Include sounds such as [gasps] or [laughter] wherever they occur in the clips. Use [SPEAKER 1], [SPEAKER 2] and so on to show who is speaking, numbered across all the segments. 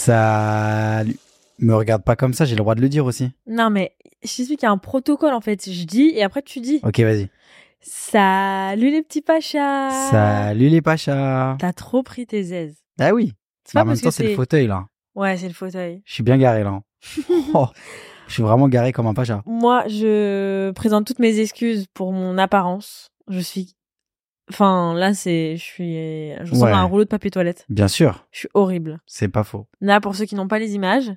[SPEAKER 1] Salut. Me regarde pas comme ça, j'ai le droit de le dire aussi.
[SPEAKER 2] Non, mais je suis qu'il y a un protocole en fait. Je dis et après tu dis.
[SPEAKER 1] Ok, vas-y.
[SPEAKER 2] Salut les petits pachas.
[SPEAKER 1] Salut les pachas.
[SPEAKER 2] T'as trop pris tes aises.
[SPEAKER 1] Ah oui.
[SPEAKER 2] C'est
[SPEAKER 1] Mais
[SPEAKER 2] pas
[SPEAKER 1] en même
[SPEAKER 2] parce
[SPEAKER 1] temps,
[SPEAKER 2] que
[SPEAKER 1] c'est le
[SPEAKER 2] t'es-
[SPEAKER 1] fauteuil là.
[SPEAKER 2] Ouais, c'est le fauteuil.
[SPEAKER 1] Je suis bien garé
[SPEAKER 2] [laughs]
[SPEAKER 1] là. Oh, je suis vraiment garé comme un pacha.
[SPEAKER 2] Moi, je présente toutes mes excuses pour mon apparence. Je suis. Enfin, là, c'est. Je suis. Je ressemble
[SPEAKER 1] Ouais.
[SPEAKER 2] à un rouleau de papier toilette.
[SPEAKER 1] Bien sûr,
[SPEAKER 2] Je suis horrible.
[SPEAKER 1] c'est pas faux.
[SPEAKER 2] Là, pour ceux qui n'ont pas les images,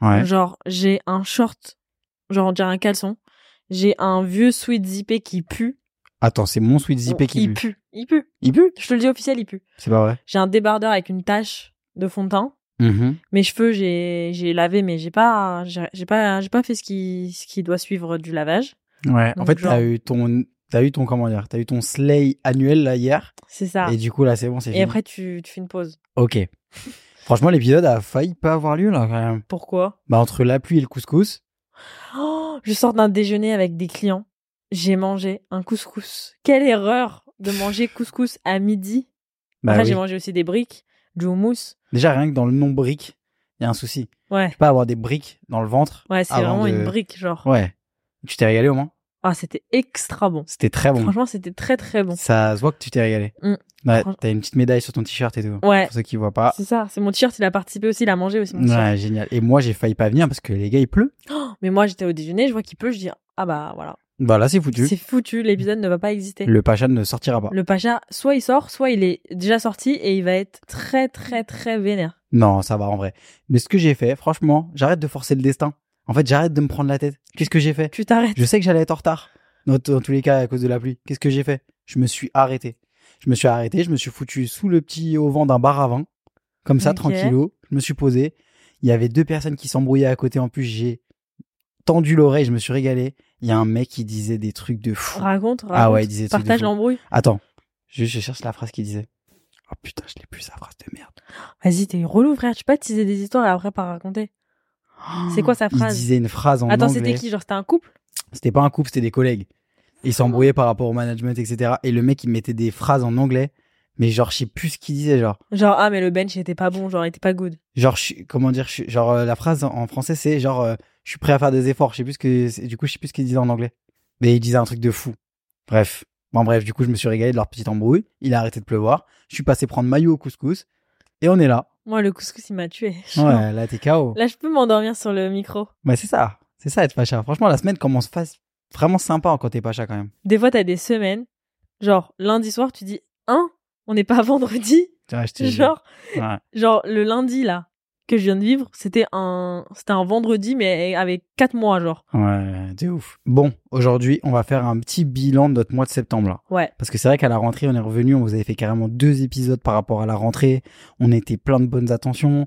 [SPEAKER 1] Ouais.
[SPEAKER 2] genre, j'ai un short, genre, on dirait un caleçon. J'ai un vieux sweat zippé qui pue.
[SPEAKER 1] Attends, c'est mon sweet zippé qui
[SPEAKER 2] il
[SPEAKER 1] pue.
[SPEAKER 2] pue. Il pue.
[SPEAKER 1] Il pue
[SPEAKER 2] Je te le dis officiel, il pue.
[SPEAKER 1] C'est pas vrai.
[SPEAKER 2] J'ai un débardeur avec une tache de fond de teint.
[SPEAKER 1] Mhm.
[SPEAKER 2] Mes cheveux, j'ai, j'ai lavé, mais j'ai pas, j'ai j'ai pas, j'ai pas fait ce qui, ce qui doit suivre du lavage.
[SPEAKER 1] Ouais. en
[SPEAKER 2] Donc,
[SPEAKER 1] fait, t'as
[SPEAKER 2] genre-
[SPEAKER 1] eu ton, t'as eu ton comment dire, t'as eu ton slay annuel là hier.
[SPEAKER 2] C'est ça.
[SPEAKER 1] Et
[SPEAKER 2] Ah. Et,
[SPEAKER 1] du coup là, c'est bon, c'est fini.
[SPEAKER 2] après, tu, tu fais une pause.
[SPEAKER 1] Ok. Franchement, l'épisode a failli pas avoir lieu là quand même.
[SPEAKER 2] Pourquoi?
[SPEAKER 1] Bah entre la pluie et le couscous.
[SPEAKER 2] Oh, je sors d'un déjeuner avec des clients. J'ai mangé un couscous. Quelle erreur de manger couscous à midi.
[SPEAKER 1] Bah
[SPEAKER 2] après,
[SPEAKER 1] oui.
[SPEAKER 2] j'ai mangé aussi des briques, du houmous.
[SPEAKER 1] Déjà rien que dans le nom brique, il y a un souci.
[SPEAKER 2] Ouais.
[SPEAKER 1] Pas avoir des briques dans le ventre.
[SPEAKER 2] Ouais, c'est
[SPEAKER 1] avant
[SPEAKER 2] vraiment
[SPEAKER 1] de-
[SPEAKER 2] une brique, genre.
[SPEAKER 1] Ouais. Tu t'es régalé au moins.
[SPEAKER 2] Ah, c'était extra bon.
[SPEAKER 1] C'était très Ah bon.
[SPEAKER 2] Franchement, c'était très très bon.
[SPEAKER 1] Ça se voit que tu t'es régalé.
[SPEAKER 2] Mm.
[SPEAKER 1] Ouais,
[SPEAKER 2] Franch-
[SPEAKER 1] t'as une petite médaille sur ton t-shirt et tout.
[SPEAKER 2] Ouais.
[SPEAKER 1] Pour ceux qui voient pas.
[SPEAKER 2] C'est ça. C'est mon t-shirt, il a participé aussi, il a mangé aussi mon t-shirt.
[SPEAKER 1] Ouais, génial. Et moi, j'ai failli pas venir parce que les gars, il pleut.
[SPEAKER 2] Mais moi, j'étais au déjeuner, je vois qu'il pleut, je dis, ah bah voilà.
[SPEAKER 1] Bah là, c'est foutu.
[SPEAKER 2] C'est foutu, l'épisode ne va pas exister. Le...
[SPEAKER 1] Le Pacha ne sortira pas.
[SPEAKER 2] Pacha, soit il sort, soit il est déjà sorti et il va être très très très vénère.
[SPEAKER 1] Non, ça va en vrai. Mais ce que j'ai fait, franchement, j'arrête de forcer le destin. En fait, j'arrête de me prendre la tête. Qu'est-ce que j'ai fait
[SPEAKER 2] Tu t'arrêtes.
[SPEAKER 1] Je sais que j'allais être en retard. Dans, dans tous les cas, à cause de la pluie. Qu'est-ce que j'ai fait Je me suis arrêté. Je me suis arrêté. Je me suis foutu sous le petit auvent d'un bar à vin. Comme ça,
[SPEAKER 2] Ok.
[SPEAKER 1] tranquillou. Je me suis posé. Il y avait deux personnes qui s'embrouillaient à côté. En plus, j'ai tendu l'oreille. Je me suis régalé. Il y a un mec qui disait des trucs de fou.
[SPEAKER 2] Raconte, raconte.
[SPEAKER 1] Ah ouais, il disait des trucs de
[SPEAKER 2] Partage
[SPEAKER 1] fou.
[SPEAKER 2] l'embrouille.
[SPEAKER 1] Attends. Je, je cherche la phrase qu'il disait. Oh putain, je l'ai plus, sa phrase de merde.
[SPEAKER 2] Vas-y, t'es relou, frère. Tu peux pas teaser des histoires et après pas raconter. C'est quoi sa
[SPEAKER 1] Il
[SPEAKER 2] phrase
[SPEAKER 1] disait une phrase en
[SPEAKER 2] Attends,
[SPEAKER 1] anglais.
[SPEAKER 2] c'était qui Genre, c'était un couple
[SPEAKER 1] C'était pas un couple, c'était des collègues. Ils s'embrouillaient par rapport au management, etc. Et le mec, il mettait des phrases en anglais, mais genre, je sais plus ce qu'il disait, genre.
[SPEAKER 2] Genre, ah, mais le bench il était pas bon, genre, il était pas good.
[SPEAKER 1] Genre, je suis- comment dire, je suis- genre, euh, la phrase en- en français, c'est genre, euh, je suis prêt à faire des efforts. Je sais plus ce que, c'est- du coup, je sais plus ce qu'il disait en anglais. Mais il disait un truc de fou. Bref. Bon, bref, du coup, je me suis régalé de leur petite embrouille. Il a arrêté de pleuvoir. Je suis passé prendre maillot au couscous. Et on est là.
[SPEAKER 2] Moi, le couscous, il m'a tué.
[SPEAKER 1] Ouais,
[SPEAKER 2] [laughs]
[SPEAKER 1] là, t'es KO.
[SPEAKER 2] Là, je peux m'endormir sur le micro.
[SPEAKER 1] Mais c'est ça. C'est ça, être pacha. Franchement, la semaine commence face vraiment sympa quand t'es pacha quand même.
[SPEAKER 2] Des fois, t'as des semaines. Genre, lundi soir, tu dis, hein On n'est pas [laughs] vendredi
[SPEAKER 1] Ouais, je te jure.
[SPEAKER 2] Genre,
[SPEAKER 1] Ouais.
[SPEAKER 2] Genre le lundi là que je viens de vivre, c'était un c'était un vendredi mais avec 4 mois genre.
[SPEAKER 1] Ouais, t'es ouf. Bon, aujourd'hui, on va faire un petit bilan de notre mois de septembre là.
[SPEAKER 2] Ouais.
[SPEAKER 1] Parce que c'est vrai qu'à la rentrée, on est revenu, on vous avait fait carrément deux épisodes par rapport à la rentrée. On était plein de bonnes attentions,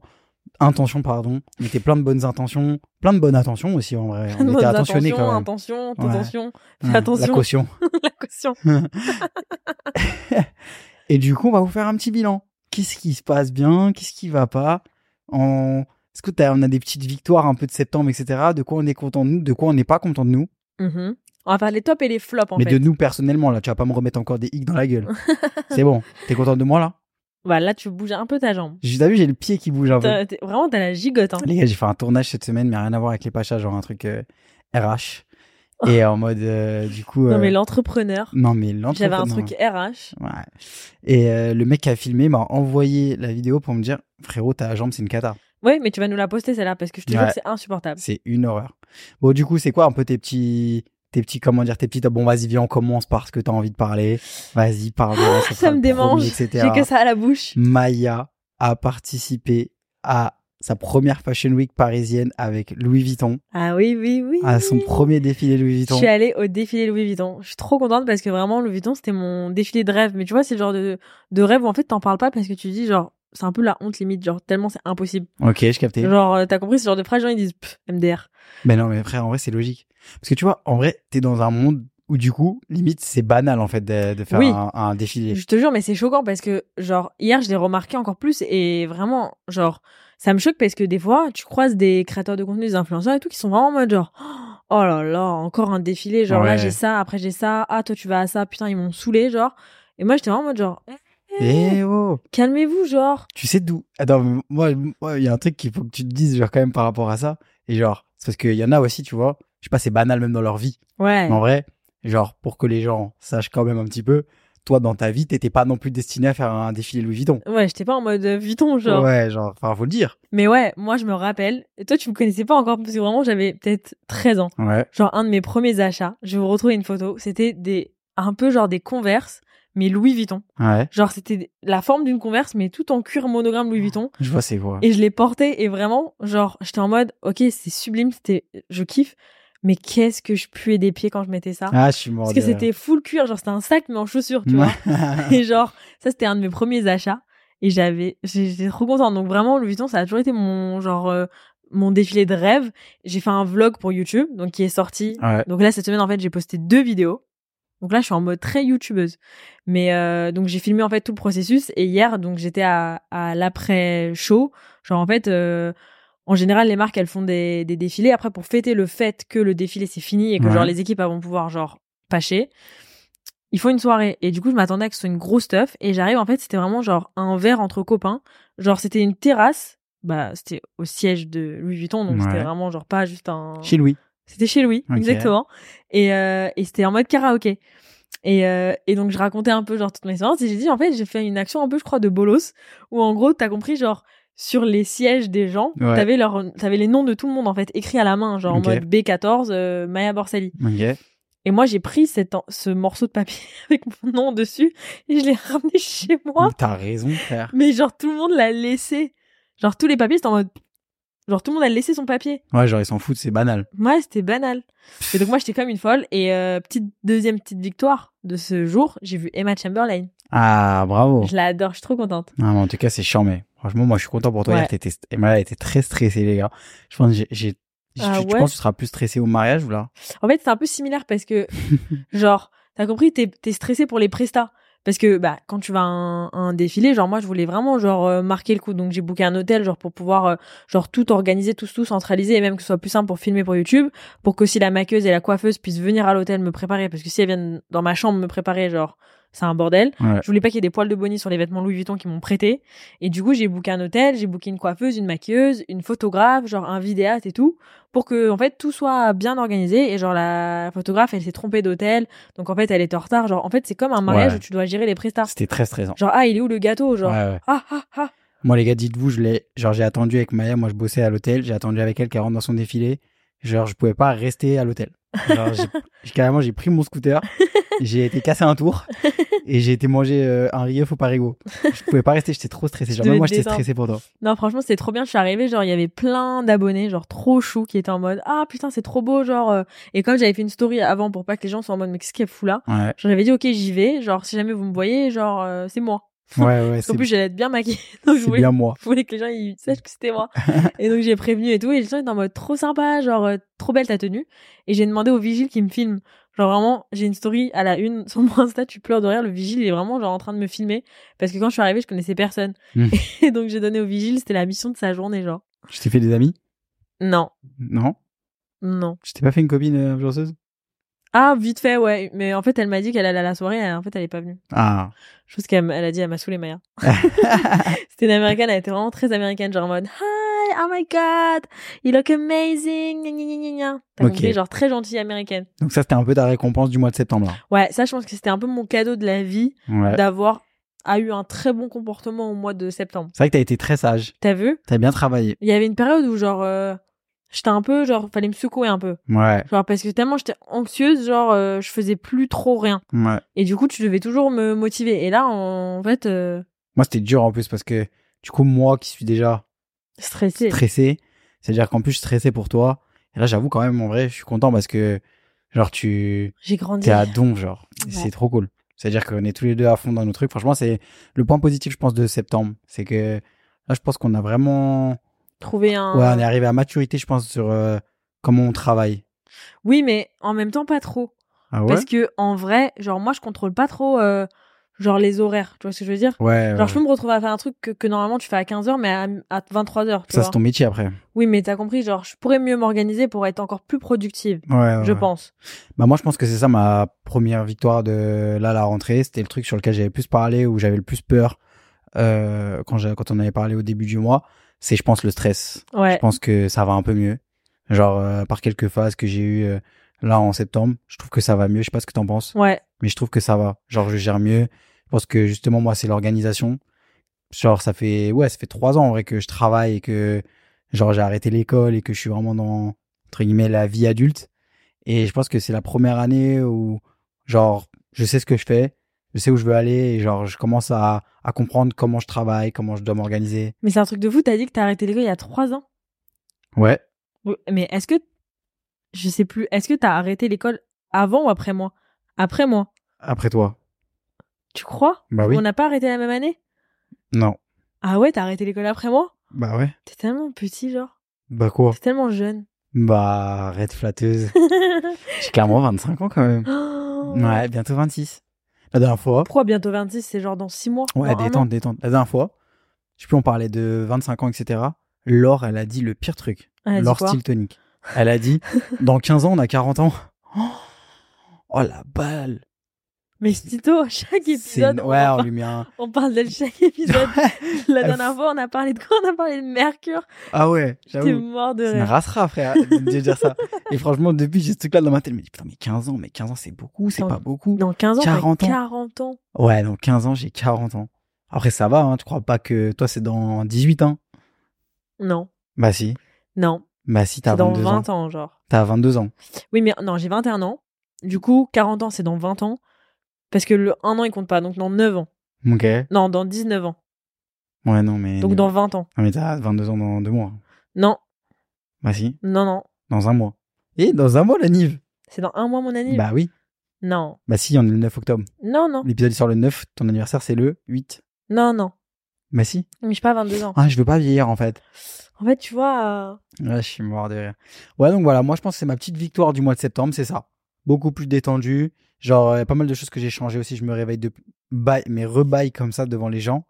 [SPEAKER 1] intentions pardon. On était plein de bonnes intentions, plein de bonnes attentions aussi en vrai.
[SPEAKER 2] [laughs]
[SPEAKER 1] On
[SPEAKER 2] Nos
[SPEAKER 1] était attentionnés
[SPEAKER 2] attentions,
[SPEAKER 1] quand même.
[SPEAKER 2] Intention,
[SPEAKER 1] Ouais.
[SPEAKER 2] attention,
[SPEAKER 1] Ouais,
[SPEAKER 2] fais attention.
[SPEAKER 1] La caution.
[SPEAKER 2] [laughs] la caution.
[SPEAKER 1] Et du coup, on va vous faire un petit bilan. Qu'est-ce qui se passe bien Qu'est-ce qui va pas En- Est-ce que t'as- on a des petites victoires un peu de septembre, etc. De quoi on est content de nous De quoi on n'est pas content de nous
[SPEAKER 2] Mhm. On va faire les tops et les flops en
[SPEAKER 1] Mais de
[SPEAKER 2] fait.
[SPEAKER 1] nous personnellement, là, tu vas pas me remettre encore des hicks dans la gueule.
[SPEAKER 2] [laughs]
[SPEAKER 1] C'est bon. T'es content de moi là
[SPEAKER 2] Bah là tu bouges un peu ta jambe.
[SPEAKER 1] J'ai- T'as vu, j'ai le pied qui bouge un peu.
[SPEAKER 2] T'as- t'es- Vraiment t'as la gigote hein.
[SPEAKER 1] [laughs] Les gars, j'ai fait un tournage cette semaine, mais rien à voir avec les pachas, genre un truc euh, RH. Et en mode, euh, du coup. euh,
[SPEAKER 2] Oh. Non mais l'entrepreneur.
[SPEAKER 1] non, mais l'entrepreneur-
[SPEAKER 2] J'avais un truc RH.
[SPEAKER 1] Ouais. Et euh, le mec qui a filmé m'a envoyé la vidéo pour me dire frérot, ta jambe, c'est une cata.
[SPEAKER 2] Ouais mais tu vas nous la poster celle-là parce que je te jure
[SPEAKER 1] Ouais.
[SPEAKER 2] que c'est insupportable.
[SPEAKER 1] C'est une horreur. Bon, du coup, c'est quoi un peu tes petits. Tes petits, comment dire, tes petits. Bon, vas-y, viens, on commence par ce que t'as envie de parler. Vas-y, parle.
[SPEAKER 2] [laughs] Ça me démange.
[SPEAKER 1] etc. Mm.
[SPEAKER 2] J'ai que ça à la bouche.
[SPEAKER 1] Maya a participé à sa première Fashion Week parisienne avec Louis Vuitton,
[SPEAKER 2] Ah oui, oui, oui.
[SPEAKER 1] à son premier défilé Louis
[SPEAKER 2] Je
[SPEAKER 1] Vuitton.
[SPEAKER 2] suis allée au défilé Louis Vuitton. Je suis trop contente parce que vraiment, Louis Vuitton, c'était mon défilé de rêve. Mais tu vois, c'est le genre de, de rêve où en fait, t'en parles pas parce que tu dis, genre, c'est un peu la honte limite, genre, tellement c'est impossible.
[SPEAKER 1] Ok, je captais.
[SPEAKER 2] Genre, euh, t'as compris ce genre de phrase, genre, ils disent, Pff, MDR.
[SPEAKER 1] Mais non, mais frère, en vrai, c'est logique. Parce que tu vois, en vrai, t'es dans un monde où du coup, limite, c'est banal en fait de, de faire
[SPEAKER 2] Oui.
[SPEAKER 1] un, un défilé.
[SPEAKER 2] Je te jure, mais c'est choquant parce que, genre, hier, je l'ai remarqué encore plus et vraiment, genre, ça me choque parce que des fois, tu croises des créateurs de contenu, des influenceurs et tout qui sont vraiment en mode, genre, [gasps] oh là là, encore un défilé, genre, là,
[SPEAKER 1] Ouais.
[SPEAKER 2] j'ai ça, après, j'ai ça, ah, toi, tu vas à ça, putain, ils m'ont saoulé, genre. Et moi, j'étais vraiment en mode, genre, eh,
[SPEAKER 1] Eh oh,
[SPEAKER 2] calmez-vous, genre.
[SPEAKER 1] tu sais d'où Attends, mais moi, moi, il y a un truc qu'il faut que tu te dises genre quand même par rapport à ça. Et genre, c'est parce qu'il y en a aussi, tu vois. Je sais pas, c'est banal même dans leur vie.
[SPEAKER 2] Ouais.
[SPEAKER 1] Mais en vrai, genre pour que les gens sachent quand même un petit peu, toi dans ta vie, t'étais pas non plus destiné à faire un défilé Louis Vuitton.
[SPEAKER 2] Ouais, j'étais pas en mode euh, Vuitton, genre.
[SPEAKER 1] Ouais, genre, enfin faut le dire.
[SPEAKER 2] Mais ouais, moi, je me rappelle. Et toi, tu me connaissais pas encore parce que vraiment, j'avais peut-être 13 ans.
[SPEAKER 1] Ouais.
[SPEAKER 2] Genre, un de mes premiers achats, je vais vous retrouver une photo. C'était des, un peu genre des converses, mais Louis Vuitton.
[SPEAKER 1] Ouais.
[SPEAKER 2] Genre, c'était la forme d'une converse, mais tout en cuir monogramme Louis Vuitton.
[SPEAKER 1] Je vois c'est quoi.
[SPEAKER 2] Et je les portais et vraiment, genre, j'étais en mode, ok, c'est sublime, c'était, je kiffe. Mais qu'est-ce que je puais des pieds quand je mettais ça?
[SPEAKER 1] Ah, je suis mort.
[SPEAKER 2] Parce que
[SPEAKER 1] de-
[SPEAKER 2] c'était full cuir, genre c'était un sac mais en chaussures, tu vois. [laughs] et genre, ça c'était un de mes premiers achats et j'avais j'ai- j'étais trop contente. Donc vraiment Louis Vuitton, ça a toujours été mon genre euh, mon défilé de rêve. J'ai fait un vlog pour YouTube donc qui est sorti.
[SPEAKER 1] [laughs] Ouais.
[SPEAKER 2] Donc là cette semaine en fait, j'ai posté deux vidéos. Donc là, je suis en mode très youtubeuse. Mais euh, donc j'ai filmé en fait tout le processus et hier donc j'étais à, à l'après show, genre en fait euh, en général, les marques, elles font des, des défilés. Après, pour fêter le fait que le défilé, c'est fini et que
[SPEAKER 1] Ouais.
[SPEAKER 2] genre, les équipes elles vont pouvoir genre pâcher, ils font une soirée. Et du coup, je m'attendais à que ce soit une grosse stuff. Et j'arrive, en fait, c'était vraiment genre un verre entre copains. Genre, c'était une terrasse. Bah, c'était au siège de Louis Vuitton. Donc,
[SPEAKER 1] Ouais.
[SPEAKER 2] c'était vraiment genre pas juste un.
[SPEAKER 1] Chez Louis.
[SPEAKER 2] C'était chez Louis,
[SPEAKER 1] Ok.
[SPEAKER 2] exactement. Et, euh, et c'était en mode karaoké. Et, euh, et donc, je racontais un peu, genre, toute mon expérience. Et j'ai dit, en fait, j'ai fait une action un peu, je crois, de bolos. Où, en gros, t'as compris, genre, sur les sièges des gens,
[SPEAKER 1] Ouais.
[SPEAKER 2] t'avais, leur, t'avais les noms de tout le monde, en fait, écrits à la main. Genre,
[SPEAKER 1] Ok.
[SPEAKER 2] en mode B14, euh, Maya Borsali.
[SPEAKER 1] Ok.
[SPEAKER 2] Et moi, j'ai pris cet en- ce morceau de papier [laughs] avec mon nom dessus. Et je l'ai ramené chez moi.
[SPEAKER 1] Mais T'as raison, frère.
[SPEAKER 2] Mais, genre, tout le monde l'a laissé. Genre, tous les papiers, c'était en mode. Genre, tout le monde a laissé son papier.
[SPEAKER 1] Ouais, genre ils s'en foutent, c'est banal.
[SPEAKER 2] Ouais, c'était banal. Et donc moi, j'étais comme une folle. Et euh, petite deuxième petite victoire de ce jour, j'ai vu Emma Chamberlain.
[SPEAKER 1] Ah, bravo.
[SPEAKER 2] Je l'adore, je suis trop contente.
[SPEAKER 1] Ah, mais en tout cas, c'est charmé. Franchement, moi, je suis content pour toi.
[SPEAKER 2] Ouais.
[SPEAKER 1] Hier, t'étais, Emma, elle était très stressée, les gars. Je pense, que j'ai, j'ai,
[SPEAKER 2] Ah
[SPEAKER 1] tu, tu
[SPEAKER 2] ouais.
[SPEAKER 1] penses que tu seras plus stressé au mariage ou là?
[SPEAKER 2] En fait, c'est un peu similaire parce que, genre, t'as compris, t'es es stressé pour les prestats. Parce que bah quand tu vas à un, à un défilé, genre moi je voulais vraiment genre euh, marquer le coup, donc j'ai booké un hôtel genre pour pouvoir euh, genre tout organiser, tout tout centraliser et même que ce soit plus simple pour filmer pour YouTube, pour que si la maquilleuse et la coiffeuse puissent venir à l'hôtel me préparer, parce que si elles viennent dans ma chambre me préparer, genre c'est un bordel.
[SPEAKER 1] Ouais.
[SPEAKER 2] Je voulais pas qu'il y ait des poils de bonnie sur les vêtements Louis Vuitton qu'ils m'ont prêté. Et du coup, j'ai booké un hôtel, j'ai booké une coiffeuse, une maquilleuse, une photographe, genre un vidéaste et tout, pour que, en fait, tout soit bien organisé. Et genre, la photographe, elle s'est trompée d'hôtel. Donc, en fait, elle était en retard. Genre, en fait, c'est comme un mariage
[SPEAKER 1] Ouais.
[SPEAKER 2] où tu dois gérer les prestats.
[SPEAKER 1] C'était très stressant.
[SPEAKER 2] Genre, ah, il est où le gâteau? Genre,
[SPEAKER 1] Ouais, ouais.
[SPEAKER 2] ah, ah, ah.
[SPEAKER 1] Moi, les gars, dites-vous, je l'ai, genre, j'ai attendu avec Maya. Moi, je bossais à l'hôtel. J'ai attendu avec elle qu'elle rentre dans son défilé. Genre, je pouvais pas rester à l'hôtel. Genre,
[SPEAKER 2] [laughs]
[SPEAKER 1] j'ai, j'ai- carrément, j'ai pris mon scooter. J'ai été casser un tour. Et j'ai été manger euh, un rief au Parigo. Je pouvais pas rester. J'étais trop stressé.
[SPEAKER 2] Tu
[SPEAKER 1] Genre, même
[SPEAKER 2] devais
[SPEAKER 1] moi,
[SPEAKER 2] te
[SPEAKER 1] j'étais
[SPEAKER 2] détendre.
[SPEAKER 1] stressé pour toi.
[SPEAKER 2] Non, franchement, c'était trop bien. Je suis arrivée, genre, il y avait plein d'abonnés, genre, trop chou, qui étaient en mode, ah, putain, c'est trop beau, genre, euh. et comme j'avais fait une story avant pour pas que les gens soient en mode, mais qu'est-ce qu'elle fout là?
[SPEAKER 1] Ouais.
[SPEAKER 2] Genre, J'avais dit, ok, j'y vais, genre, si jamais vous me voyez, genre, euh, c'est moi.
[SPEAKER 1] Ouais, ouais.
[SPEAKER 2] En
[SPEAKER 1] C'est,
[SPEAKER 2] plus, j'allais être bien maquillée. [laughs] Donc, je
[SPEAKER 1] c'est
[SPEAKER 2] voulais,
[SPEAKER 1] bien moi.
[SPEAKER 2] [laughs] je voulais que les gens ils sachent que c'était moi. et donc, j'ai prévenu et tout. Et les gens étaient en mode trop sympa, genre euh, trop belle ta tenue. Et j'ai demandé au vigile qui me filme. Genre vraiment, j'ai une story à la une sur mon Insta, tu pleures de rire. Le vigile il est vraiment genre en train de me filmer. Parce que quand je suis arrivée, je connaissais personne.
[SPEAKER 1] Mm.
[SPEAKER 2] [laughs] et donc, j'ai donné au vigile, c'était la mission de sa journée, genre.
[SPEAKER 1] Je t'ai fait des amis?
[SPEAKER 2] Non,
[SPEAKER 1] Non?
[SPEAKER 2] non.
[SPEAKER 1] Je t'ai pas fait une copine, euh, influenceuse
[SPEAKER 2] Ah, vite fait, ouais. Mais en fait, elle m'a dit qu'elle allait à la soirée. et en fait, elle est pas venue.
[SPEAKER 1] Ah. [laughs]
[SPEAKER 2] Chose qu'elle m- elle a dit, elle m'a saoulé Maya. C'était une américaine, elle était vraiment très américaine, genre en mode Hi, oh my god, you look amazing, gna gna gna gna gna. T'as
[SPEAKER 1] Ok.
[SPEAKER 2] compris, genre très gentille américaine.
[SPEAKER 1] Donc ça, c'était un peu ta récompense du mois de septembre. là.
[SPEAKER 2] Ouais, ça, je pense que c'était un peu mon cadeau de la vie
[SPEAKER 1] Ouais.
[SPEAKER 2] d'avoir a eu un très bon comportement au mois de septembre.
[SPEAKER 1] C'est vrai que t'as été très sage.
[SPEAKER 2] T'as vu
[SPEAKER 1] T'as bien travaillé.
[SPEAKER 2] Il y avait une période où, genre, euh, j'étais un peu, genre, fallait me secouer un peu.
[SPEAKER 1] Ouais.
[SPEAKER 2] Genre, parce que tellement j'étais anxieuse, genre, euh, je faisais plus trop rien.
[SPEAKER 1] Ouais.
[SPEAKER 2] Et du coup, tu devais toujours me motiver. Et là, en, en fait, euh,
[SPEAKER 1] Moi, c'était dur en plus parce que, du coup, moi qui suis déjà
[SPEAKER 2] Stressé.
[SPEAKER 1] stressé. C'est-à-dire qu'en plus, je suis stressé pour toi. Et là, j'avoue quand même, en vrai, je suis content parce que, genre, tu
[SPEAKER 2] J'ai grandi.
[SPEAKER 1] es à don, genre. Et
[SPEAKER 2] Ouais.
[SPEAKER 1] C'est trop cool. C'est-à-dire qu'on est tous les deux à fond dans nos trucs. Franchement, c'est le point positif, je pense, de septembre. C'est que là, je pense qu'on a vraiment.
[SPEAKER 2] Trouver un.
[SPEAKER 1] Ouais, on est arrivé à maturité, je pense, sur euh, comment on travaille.
[SPEAKER 2] Oui, mais en même temps, pas trop.
[SPEAKER 1] Ah ouais
[SPEAKER 2] Parce que, en vrai, genre, moi, je contrôle pas trop, euh, genre, les horaires. Tu vois ce que je veux dire
[SPEAKER 1] Ouais,
[SPEAKER 2] Genre,
[SPEAKER 1] ouais.
[SPEAKER 2] je peux me retrouver à faire un truc que, que normalement tu fais à 15h, mais à, à 23h. Tu
[SPEAKER 1] Ça,
[SPEAKER 2] vois
[SPEAKER 1] c'est ton métier après.
[SPEAKER 2] Oui, mais t'as compris, genre, je pourrais mieux m'organiser pour être encore plus productive,
[SPEAKER 1] Ouais, ouais,
[SPEAKER 2] je
[SPEAKER 1] Ah ouais.
[SPEAKER 2] pense.
[SPEAKER 1] Bah moi je pense que c'est ça ma première victoire de là la rentrée, c'était le truc sur lequel j'avais plus parlé où j'avais le plus peur euh, quand j'ai- quand on avait parlé au début du mois, c'est je pense le stress. Je
[SPEAKER 2] Ouais.
[SPEAKER 1] pense que ça va un peu mieux. Genre euh, par quelques phases que j'ai eu là en septembre, je trouve que ça va mieux, je sais pas ce que t'en penses,
[SPEAKER 2] Ouais.
[SPEAKER 1] mais je trouve que ça va. Genre je gère mieux. Je pense que justement moi c'est l'organisation. Genre ça fait ouais, ça fait trois ans en vrai que je travaille et que genre j'ai arrêté l'école et que je suis vraiment dans entre guillemets la vie adulte. Et je pense que c'est la première année où, genre, je sais ce que je fais, je sais où je veux aller, et genre, je commence à, à comprendre comment je travaille, comment je dois m'organiser.
[SPEAKER 2] Mais c'est un truc de fou, t'as dit que t'as arrêté l'école il y a 3 ans.
[SPEAKER 1] Ouais.
[SPEAKER 2] Oui, Mais est-ce que. Je sais plus, est-ce que t'as arrêté l'école avant ou après moi Après moi.
[SPEAKER 1] Après toi.
[SPEAKER 2] Tu crois
[SPEAKER 1] Bah oui.
[SPEAKER 2] On n'a pas arrêté la même année
[SPEAKER 1] Non.
[SPEAKER 2] Ah ouais, t'as arrêté l'école après moi
[SPEAKER 1] Bah ouais.
[SPEAKER 2] T'es tellement petit, genre.
[SPEAKER 1] Bah quoi
[SPEAKER 2] T'es tellement jeune. [laughs]
[SPEAKER 1] Bah, arrête flatteuse. [laughs] J'ai clairement 25 ans quand même.
[SPEAKER 2] ouais.
[SPEAKER 1] Ouais, bientôt 26. La dernière fois.
[SPEAKER 2] Pourquoi bientôt 26 C'est genre dans 6 mois
[SPEAKER 1] Ouais,
[SPEAKER 2] dans un an.
[SPEAKER 1] détente, détente. La dernière fois, je sais plus, on parlait de 25 ans, etc. Laure, elle a dit le pire truc.
[SPEAKER 2] Elle a dit
[SPEAKER 1] Laure
[SPEAKER 2] quoi
[SPEAKER 1] Steel Tonic. Elle a
[SPEAKER 2] [laughs]
[SPEAKER 1] dit dans 15 ans, on a 40 ans. Oh, oh, la balle.
[SPEAKER 2] Mais Tito, chaque
[SPEAKER 1] C'est une-
[SPEAKER 2] épisode,
[SPEAKER 1] Ouais,
[SPEAKER 2] on,
[SPEAKER 1] on
[SPEAKER 2] parle-
[SPEAKER 1] lui met un.
[SPEAKER 2] on parle de
[SPEAKER 1] [laughs]
[SPEAKER 2] chaque épisode. La dernière fois, on a parlé de quoi On a parlé de Mercure.
[SPEAKER 1] ah ouais,
[SPEAKER 2] T'es
[SPEAKER 1] j'avoue.
[SPEAKER 2] mort de
[SPEAKER 1] C'est une
[SPEAKER 2] rire.
[SPEAKER 1] rassera, frère, de dire
[SPEAKER 2] [laughs]
[SPEAKER 1] ça. Et franchement, depuis, j'ai ce truc-là dans ma tête. Mais putain, mais 15 ans, mais 15 ans, c'est beaucoup, c'est
[SPEAKER 2] Non.
[SPEAKER 1] pas beaucoup.
[SPEAKER 2] Dans 15 ans,
[SPEAKER 1] 40
[SPEAKER 2] 40
[SPEAKER 1] ans.
[SPEAKER 2] ans. 40 ans.
[SPEAKER 1] Ouais, dans 15 ans, j'ai 40 ans. Après, ça va, hein, tu crois pas que toi, c'est dans 18 ans
[SPEAKER 2] Non,
[SPEAKER 1] Bah si.
[SPEAKER 2] non.
[SPEAKER 1] Bah si, t'as
[SPEAKER 2] C'est dans
[SPEAKER 1] 22 ans.
[SPEAKER 2] 20 ans. genre.
[SPEAKER 1] T'as 22 ans.
[SPEAKER 2] Oui, mais non, j'ai 21 ans. Du coup, 40 ans, c'est dans 20 ans. Parce que le 1 an, il compte pas. Donc, dans 9 ans.
[SPEAKER 1] Ok. Ouais,
[SPEAKER 2] Non, dans 19 ans.
[SPEAKER 1] non, mais.
[SPEAKER 2] Donc, dans 20 ans.
[SPEAKER 1] Non, mais t'as 22 ans dans deux mois.
[SPEAKER 2] Non,
[SPEAKER 1] Bah si,
[SPEAKER 2] non, non.
[SPEAKER 1] dans un mois. Et dans un mois, la Nive.
[SPEAKER 2] C'est dans un mois, mon anniversaire.
[SPEAKER 1] Bah oui.
[SPEAKER 2] Non,
[SPEAKER 1] Bah si, on est le 9 octobre.
[SPEAKER 2] non, non.
[SPEAKER 1] L'épisode sort le 9, ton anniversaire c'est le 8.
[SPEAKER 2] Non, non.
[SPEAKER 1] Bah si.
[SPEAKER 2] Mais je suis pas 22 ans.
[SPEAKER 1] Ah, je veux pas vieillir en fait.
[SPEAKER 2] En fait, tu vois, euh,
[SPEAKER 1] Ouais, je suis mort de rire. Ouais, donc voilà, moi je pense que c'est ma petite victoire du mois de septembre, c'est ça. Beaucoup plus détendu. Genre, euh, pas mal de choses que j'ai changé aussi. Je me réveille de bail, mais rebaille comme ça devant les gens.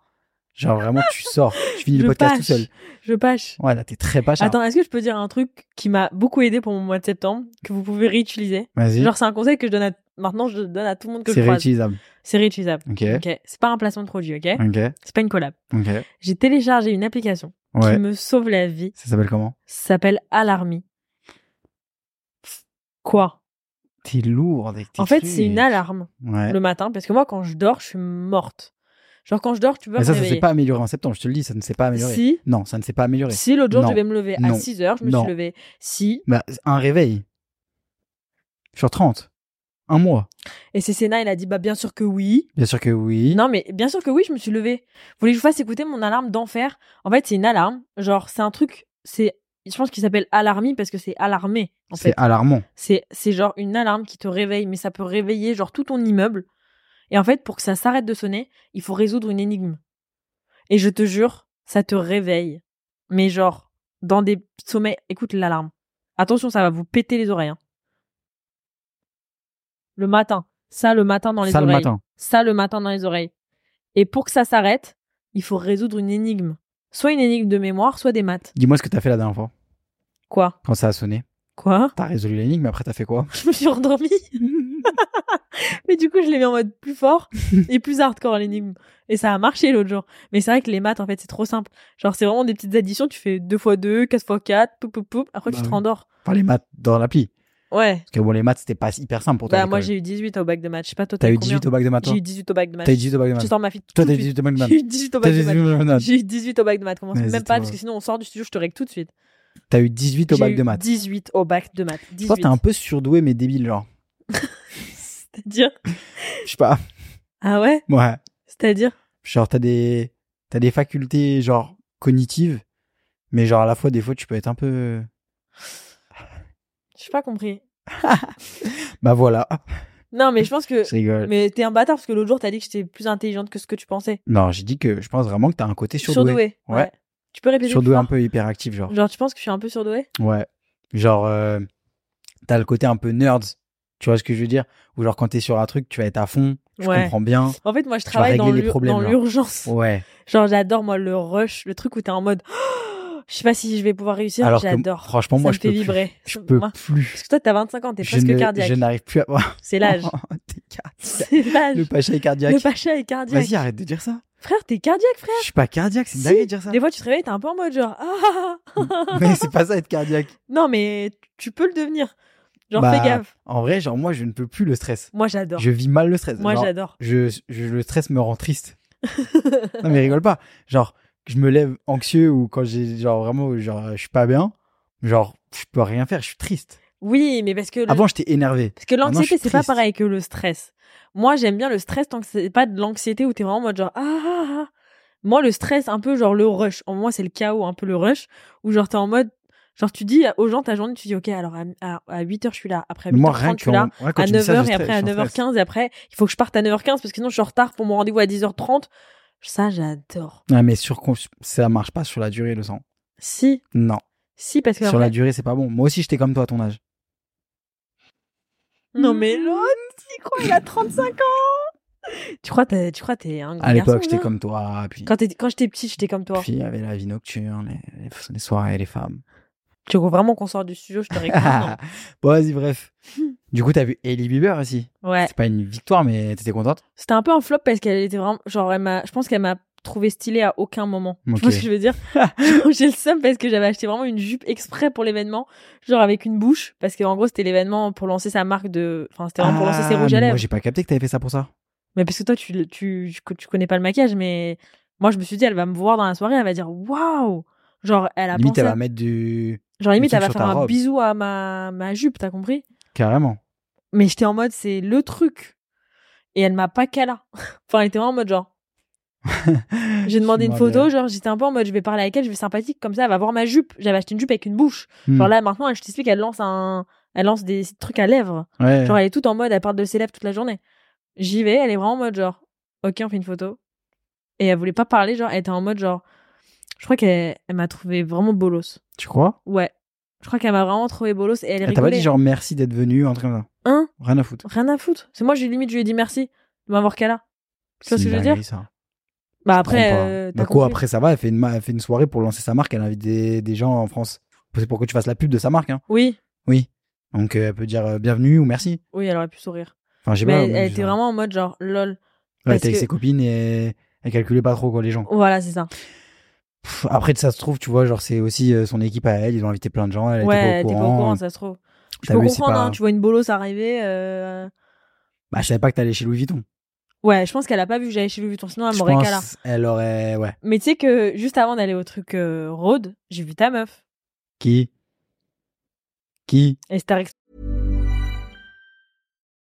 [SPEAKER 1] Genre vraiment, tu sors. Je finis
[SPEAKER 2] je
[SPEAKER 1] le podcast
[SPEAKER 2] pâche.
[SPEAKER 1] tout seul.
[SPEAKER 2] Je pâche.
[SPEAKER 1] Ouais, là t'es très pas
[SPEAKER 2] Attends, est-ce que je peux dire un truc qui m'a beaucoup aidé pour mon mois de septembre, que vous pouvez réutiliser
[SPEAKER 1] Vas-y.
[SPEAKER 2] Genre, c'est un conseil que je donne à... Maintenant, je le donne à tout le monde que je
[SPEAKER 1] C'est
[SPEAKER 2] croise.
[SPEAKER 1] réutilisable.
[SPEAKER 2] C'est réutilisable.
[SPEAKER 1] Ok.
[SPEAKER 2] Ok. C'est pas un placement de produit, ok
[SPEAKER 1] Ok.
[SPEAKER 2] C'est pas une collab.
[SPEAKER 1] Ok.
[SPEAKER 2] J'ai téléchargé une application
[SPEAKER 1] Ouais.
[SPEAKER 2] qui me sauve la vie.
[SPEAKER 1] Ça s'appelle comment
[SPEAKER 2] Ça s'appelle Alarmy. Quoi
[SPEAKER 1] T'es lourd avec tes
[SPEAKER 2] En fait, c'est
[SPEAKER 1] trucs.
[SPEAKER 2] une alarme
[SPEAKER 1] Ouais.
[SPEAKER 2] le matin, parce que moi, quand je dors, je suis morte. Genre, quand je dors, tu peux
[SPEAKER 1] Mais
[SPEAKER 2] me
[SPEAKER 1] ça, ça
[SPEAKER 2] réveiller.
[SPEAKER 1] s'est pas amélioré en septembre, je te le dis, ça ne s'est pas amélioré.
[SPEAKER 2] Si,
[SPEAKER 1] Non, ça ne s'est pas amélioré.
[SPEAKER 2] si l'autre jour,
[SPEAKER 1] Non.
[SPEAKER 2] je devais me lever à
[SPEAKER 1] Non.
[SPEAKER 2] 6 heures, je me
[SPEAKER 1] Non.
[SPEAKER 2] suis levée. Si,
[SPEAKER 1] Bah, un réveil. Sur 30. Un mois.
[SPEAKER 2] et c'est Sénat, il a dit, bah, bien sûr que oui.
[SPEAKER 1] Bien sûr que oui.
[SPEAKER 2] Non, mais bien sûr que oui, je me suis levée. Vous voulez que je vous fasse écouter mon alarme d'enfer En fait, c'est une alarme. Genre, c'est un truc. C'est, je pense qu'il s'appelle alarmie parce que c'est alarmé. En
[SPEAKER 1] c'est
[SPEAKER 2] fait,
[SPEAKER 1] alarmant.
[SPEAKER 2] c'est c'est genre une alarme qui te réveille, mais ça peut réveiller genre tout ton immeuble. Et en fait, pour que ça s'arrête de sonner, il faut résoudre une énigme. Et je te jure, ça te réveille. Mais genre dans des sommets, écoute l'alarme. Attention, ça va vous péter les oreilles. hein. Le matin, ça le matin dans les
[SPEAKER 1] ça
[SPEAKER 2] oreilles
[SPEAKER 1] le matin.
[SPEAKER 2] ça le matin dans les oreilles. Et pour que ça s'arrête, il faut résoudre une énigme. Soit une énigme de mémoire, soit des maths.
[SPEAKER 1] Dis-moi ce que t'as fait la dernière fois.
[SPEAKER 2] Quoi
[SPEAKER 1] Quand ça a sonné.
[SPEAKER 2] Quoi [laughs]
[SPEAKER 1] T'as résolu l'énigme, mais après t'as fait quoi
[SPEAKER 2] Je me suis endormie. Mais du coup, je l'ai mis en mode
[SPEAKER 1] [laughs]
[SPEAKER 2] plus fort et plus hardcore l'énigme. Et ça a marché l'autre jour. Mais c'est vrai que les maths, en fait, c'est trop simple. Genre, c'est vraiment des petites additions. Tu fais 2 x 2, 4 x 4, poup, poup, poup. Après,
[SPEAKER 1] Bah
[SPEAKER 2] tu te
[SPEAKER 1] oui.
[SPEAKER 2] rendors.
[SPEAKER 1] Enfin, les maths dans l'appli.
[SPEAKER 2] Ouais.
[SPEAKER 1] Parce que bon, les maths, c'était pas hyper simple pour toi. à
[SPEAKER 2] Bah, moi,
[SPEAKER 1] l'école.
[SPEAKER 2] j'ai eu 18 au bac de maths. Je sais pas, toi,
[SPEAKER 1] T'as eu
[SPEAKER 2] combien
[SPEAKER 1] 18 au bac de maths, toi
[SPEAKER 2] J'ai eu 18 au bac de maths.
[SPEAKER 1] T'as eu 18 au bac de
[SPEAKER 2] Je
[SPEAKER 1] maths.
[SPEAKER 2] sors ma fille.
[SPEAKER 1] Toi,
[SPEAKER 2] tout
[SPEAKER 1] t'as
[SPEAKER 2] de
[SPEAKER 1] eu
[SPEAKER 2] suite.
[SPEAKER 1] 18 au bac de maths.
[SPEAKER 2] J'ai eu 18
[SPEAKER 1] T'as
[SPEAKER 2] au bac
[SPEAKER 1] eu
[SPEAKER 2] de maths.
[SPEAKER 1] 18 au bac de maths.
[SPEAKER 2] J'ai eu 18 au bac de maths. Commence
[SPEAKER 1] Vas-y,
[SPEAKER 2] même pas,
[SPEAKER 1] toi.
[SPEAKER 2] parce que sinon on sort du studio, je te règle tout de suite.
[SPEAKER 1] T'as eu 18 au
[SPEAKER 2] J'ai
[SPEAKER 1] bac
[SPEAKER 2] eu
[SPEAKER 1] de maths.
[SPEAKER 2] 18 au bac de maths.
[SPEAKER 1] Je pense
[SPEAKER 2] 18.
[SPEAKER 1] que t'es un peu surdoué, mais débile, genre.
[SPEAKER 2] C'est-à-dire
[SPEAKER 1] Je sais pas.
[SPEAKER 2] Ah ouais
[SPEAKER 1] Ouais.
[SPEAKER 2] C'est-à-dire
[SPEAKER 1] Genre, t'as des, t'as des facultés, genre, cognitives, Mais genre, à la fois, des fois, tu peux être un peu.
[SPEAKER 2] J'ai pas compris.
[SPEAKER 1] Bah voilà.
[SPEAKER 2] [laughs] Non, mais je pense que.
[SPEAKER 1] Je rigole.
[SPEAKER 2] [laughs] Mais t'es un bâtard parce que l'autre jour, t'as dit que j'étais plus intelligente que ce que tu pensais.
[SPEAKER 1] Non, j'ai dit que je pense vraiment que t'as un côté surdoué.
[SPEAKER 2] Surdoué.
[SPEAKER 1] Ouais.
[SPEAKER 2] Tu peux répéter.
[SPEAKER 1] Surdoué
[SPEAKER 2] plus
[SPEAKER 1] un
[SPEAKER 2] fort
[SPEAKER 1] peu hyperactif, genre.
[SPEAKER 2] Genre, tu penses que je suis un peu surdoué
[SPEAKER 1] Ouais. Genre, euh, t'as le côté un peu nerd. Tu vois ce que je veux dire Ou genre, quand t'es sur un truc, tu vas être à fond. Tu
[SPEAKER 2] Ouais.
[SPEAKER 1] comprends bien.
[SPEAKER 2] En fait, moi, je
[SPEAKER 1] vas
[SPEAKER 2] travaille dans
[SPEAKER 1] régler les
[SPEAKER 2] l'ur-
[SPEAKER 1] problèmes,
[SPEAKER 2] dans
[SPEAKER 1] là.
[SPEAKER 2] l'urgence.
[SPEAKER 1] Ouais.
[SPEAKER 2] Genre, j'adore, moi, le rush, le truc où t'es en mode. [gasps] Oh, je sais pas si je vais pouvoir réussir.
[SPEAKER 1] Alors que,
[SPEAKER 2] J'adore.
[SPEAKER 1] franchement,
[SPEAKER 2] Ça
[SPEAKER 1] moi,
[SPEAKER 2] me
[SPEAKER 1] je
[SPEAKER 2] fait
[SPEAKER 1] peux plus.
[SPEAKER 2] vibrer.
[SPEAKER 1] Je
[SPEAKER 2] Ça-
[SPEAKER 1] peux
[SPEAKER 2] moi-
[SPEAKER 1] plus.
[SPEAKER 2] Parce que toi, t'as 25 ans, t'es
[SPEAKER 1] Je
[SPEAKER 2] presque
[SPEAKER 1] ne-
[SPEAKER 2] cardiaque.
[SPEAKER 1] je n'arrive plus à voir.
[SPEAKER 2] C'est l'âge.
[SPEAKER 1] [laughs]
[SPEAKER 2] [laughs]
[SPEAKER 1] T'es car-
[SPEAKER 2] C'est l'âge.
[SPEAKER 1] Le pacha est cardiaque.
[SPEAKER 2] Le pacha est cardiaque.
[SPEAKER 1] Vas-y, arrête de dire ça.
[SPEAKER 2] Frère, t'es cardiaque, frère.
[SPEAKER 1] Je suis pas cardiaque, c'est
[SPEAKER 2] Si.
[SPEAKER 1] dingue de dire ça.
[SPEAKER 2] Des fois, tu te réveilles, t'es un peu en mode genre. [laughs] Ah
[SPEAKER 1] [laughs] Mais c'est pas ça être cardiaque.
[SPEAKER 2] Non, mais tu peux le devenir. Genre,
[SPEAKER 1] Bah,
[SPEAKER 2] fais gaffe.
[SPEAKER 1] En vrai, genre moi, je ne peux plus le stress.
[SPEAKER 2] Moi, j'adore.
[SPEAKER 1] Je vis mal le stress.
[SPEAKER 2] Moi,
[SPEAKER 1] Genre,
[SPEAKER 2] j'adore.
[SPEAKER 1] je, je- le stress me rend
[SPEAKER 2] [laughs]
[SPEAKER 1] triste. non mais rigole pas. Genre je me lève anxieux ou quand j'ai genre vraiment genre je suis pas bien, genre je peux rien faire, je suis triste.
[SPEAKER 2] Oui, mais parce que le-
[SPEAKER 1] Avant j'étais énervé.
[SPEAKER 2] parce que
[SPEAKER 1] maintenant, Ah je
[SPEAKER 2] l'anxiété,
[SPEAKER 1] suis
[SPEAKER 2] c'est pas
[SPEAKER 1] triste.
[SPEAKER 2] pareil que le stress. Moi, j'aime bien le stress tant que c'est pas de l'anxiété où t'es vraiment en mode genre ah, ah, ah. Moi, le stress, un peu genre le rush. En moi, c'est le chaos, un peu le rush où genre t'es en mode genre tu dis aux gens ta journée, tu dis ok, alors à, 8h je suis là, après 8h30
[SPEAKER 1] Moi rien
[SPEAKER 2] je
[SPEAKER 1] que
[SPEAKER 2] suis là,
[SPEAKER 1] quand- ouais, quand
[SPEAKER 2] à
[SPEAKER 1] tu me dis ça, je
[SPEAKER 2] 9h et
[SPEAKER 1] stresse,
[SPEAKER 2] après à
[SPEAKER 1] je suis en stress.
[SPEAKER 2] 9h15 et après il faut que je parte à 9h15 parce que sinon je suis en retard pour mon rendez-vous à 10h30. Ça, j'adore.
[SPEAKER 1] Non Ah, mais sur con- ça marche pas sur la durée le sang.
[SPEAKER 2] Si,
[SPEAKER 1] Non,
[SPEAKER 2] si parce que
[SPEAKER 1] sur
[SPEAKER 2] après-
[SPEAKER 1] la durée c'est pas bon. Moi aussi j'étais comme toi à ton âge.
[SPEAKER 2] Non mais l'autre, tu crois il a 35 ans Tu crois t'es, tu crois t'es un grand
[SPEAKER 1] À l'époque
[SPEAKER 2] garçon,
[SPEAKER 1] j'étais
[SPEAKER 2] là
[SPEAKER 1] comme toi puis
[SPEAKER 2] quand, t'étais- quand j'étais petit, j'étais comme toi.
[SPEAKER 1] puis il y avait la vie nocturne, les, les- les soirées, les femmes.
[SPEAKER 2] Tu veux vraiment qu'on sorte du studio, je
[SPEAKER 1] [laughs]
[SPEAKER 2] te réclame.
[SPEAKER 1] bon vas-y bref. du coup t'as vu Ellie Bieber aussi.
[SPEAKER 2] non ouais.
[SPEAKER 1] C'est pas une victoire, mais t'étais contente
[SPEAKER 2] C'était un peu un flop parce qu'elle était vraiment genre elle m'a je pense qu'elle m'a trouvé stylée à aucun moment.
[SPEAKER 1] Ok.
[SPEAKER 2] Tu vois ce que je
[SPEAKER 1] [laughs]
[SPEAKER 2] veux dire Genre, J'ai le seum parce que j'avais acheté vraiment une jupe exprès pour l'événement, genre avec une bouche parce que en gros c'était l'événement pour lancer sa marque de enfin c'était vraiment pour lancer ses
[SPEAKER 1] Ah,
[SPEAKER 2] rouges
[SPEAKER 1] mais
[SPEAKER 2] à
[SPEAKER 1] Moi,
[SPEAKER 2] lèvres.
[SPEAKER 1] j'ai pas capté que t'avais fait ça pour ça.
[SPEAKER 2] Mais parce que toi, tu, tu, tu connais pas le maquillage, mais moi, je me suis dit, elle va me voir dans la soirée, elle va dire waouh! Genre, elle a
[SPEAKER 1] Limite,
[SPEAKER 2] pensé.
[SPEAKER 1] elle va mettre du.
[SPEAKER 2] Genre, limite,
[SPEAKER 1] le
[SPEAKER 2] elle
[SPEAKER 1] truc sur
[SPEAKER 2] va faire
[SPEAKER 1] ta
[SPEAKER 2] un
[SPEAKER 1] robe.
[SPEAKER 2] bisou à ma, ma jupe, t'as compris?
[SPEAKER 1] Carrément.
[SPEAKER 2] Mais j'étais en mode, c'est le truc. Et elle m'a pas cala. [laughs] enfin, elle était vraiment en mode genre. [gasps] J'ai demandé une photo, genre, j'étais un peu en mode, je vais parler avec elle, je vais être sympathique, comme ça, elle va voir ma jupe. J'avais acheté une jupe avec une bouche.
[SPEAKER 1] Hmm.
[SPEAKER 2] Genre là, maintenant, elle- je t'explique, elle lance un, elle lance des trucs à lèvres.
[SPEAKER 1] Ouais.
[SPEAKER 2] Genre, elle est toute en mode, elle parle de ses lèvres toute la journée. J'y vais, elle est vraiment en mode genre, ok, on fait une photo. Et elle voulait pas parler, genre, elle était en mode genre, je crois qu'elle elle m'a trouvé vraiment bolos.
[SPEAKER 1] Tu crois
[SPEAKER 2] Ouais. Je crois qu'elle m'a vraiment trouvé bolos et elle
[SPEAKER 1] Elle t'a pas
[SPEAKER 2] rigolait.
[SPEAKER 1] dit genre merci d'être venu, un truc comme ça.
[SPEAKER 2] Hein
[SPEAKER 1] Rien à foutre.
[SPEAKER 2] Rien à foutre. C'est moi, j'ai limite, je lui ai dit merci de m'avoir qu'elle a. Tu vois ce
[SPEAKER 1] C'est
[SPEAKER 2] que je veux
[SPEAKER 1] une
[SPEAKER 2] dire
[SPEAKER 1] dinguerie, ça.
[SPEAKER 2] Bah
[SPEAKER 1] Je comprends
[SPEAKER 2] après,
[SPEAKER 1] pas.
[SPEAKER 2] euh,
[SPEAKER 1] Bah
[SPEAKER 2] t'as
[SPEAKER 1] quoi,
[SPEAKER 2] compris.
[SPEAKER 1] après, ça va, elle fait, une ma- elle fait une soirée pour lancer sa marque, elle invite des, des gens en France. C'est pour que tu fasses la pub de sa marque, hein.
[SPEAKER 2] Oui.
[SPEAKER 1] Oui. Donc, euh, elle peut dire euh, bienvenue ou merci.
[SPEAKER 2] Oui, elle aurait pu sourire.
[SPEAKER 1] Enfin, j'ai
[SPEAKER 2] Mais
[SPEAKER 1] pas.
[SPEAKER 2] elle,
[SPEAKER 1] mais
[SPEAKER 2] elle était
[SPEAKER 1] genre-
[SPEAKER 2] vraiment en mode genre, lol.
[SPEAKER 1] Ouais, elle
[SPEAKER 2] parce
[SPEAKER 1] était avec
[SPEAKER 2] que-
[SPEAKER 1] ses copines et elle calculait pas trop, quoi, les gens.
[SPEAKER 2] Voilà, c'est ça.
[SPEAKER 1] Pff, après, ça se trouve, tu vois, genre, c'est aussi euh, son équipe à elle, ils ont invité plein de gens, elle
[SPEAKER 2] ouais,
[SPEAKER 1] était
[SPEAKER 2] elle
[SPEAKER 1] pas au
[SPEAKER 2] était pas
[SPEAKER 1] courant.
[SPEAKER 2] au courant, ça se trouve. Je
[SPEAKER 1] T'as
[SPEAKER 2] peux
[SPEAKER 1] vu, c'est
[SPEAKER 2] comprendre,
[SPEAKER 1] pas-
[SPEAKER 2] hein, tu vois une bolos arriver. euh,
[SPEAKER 1] Bah, je savais pas que t'allais chez Louis Vuitton.
[SPEAKER 2] Ouais, je pense qu'elle a pas vu que j'allais chez Louis Vuitton, sinon elle
[SPEAKER 1] Je
[SPEAKER 2] m'aurait calé.
[SPEAKER 1] pense elle aurait ouais
[SPEAKER 2] Mais tu sais que juste avant d'aller au truc euh, Rhodes, j'ai vu ta meuf.
[SPEAKER 1] qui qui
[SPEAKER 2] Et c'était avec-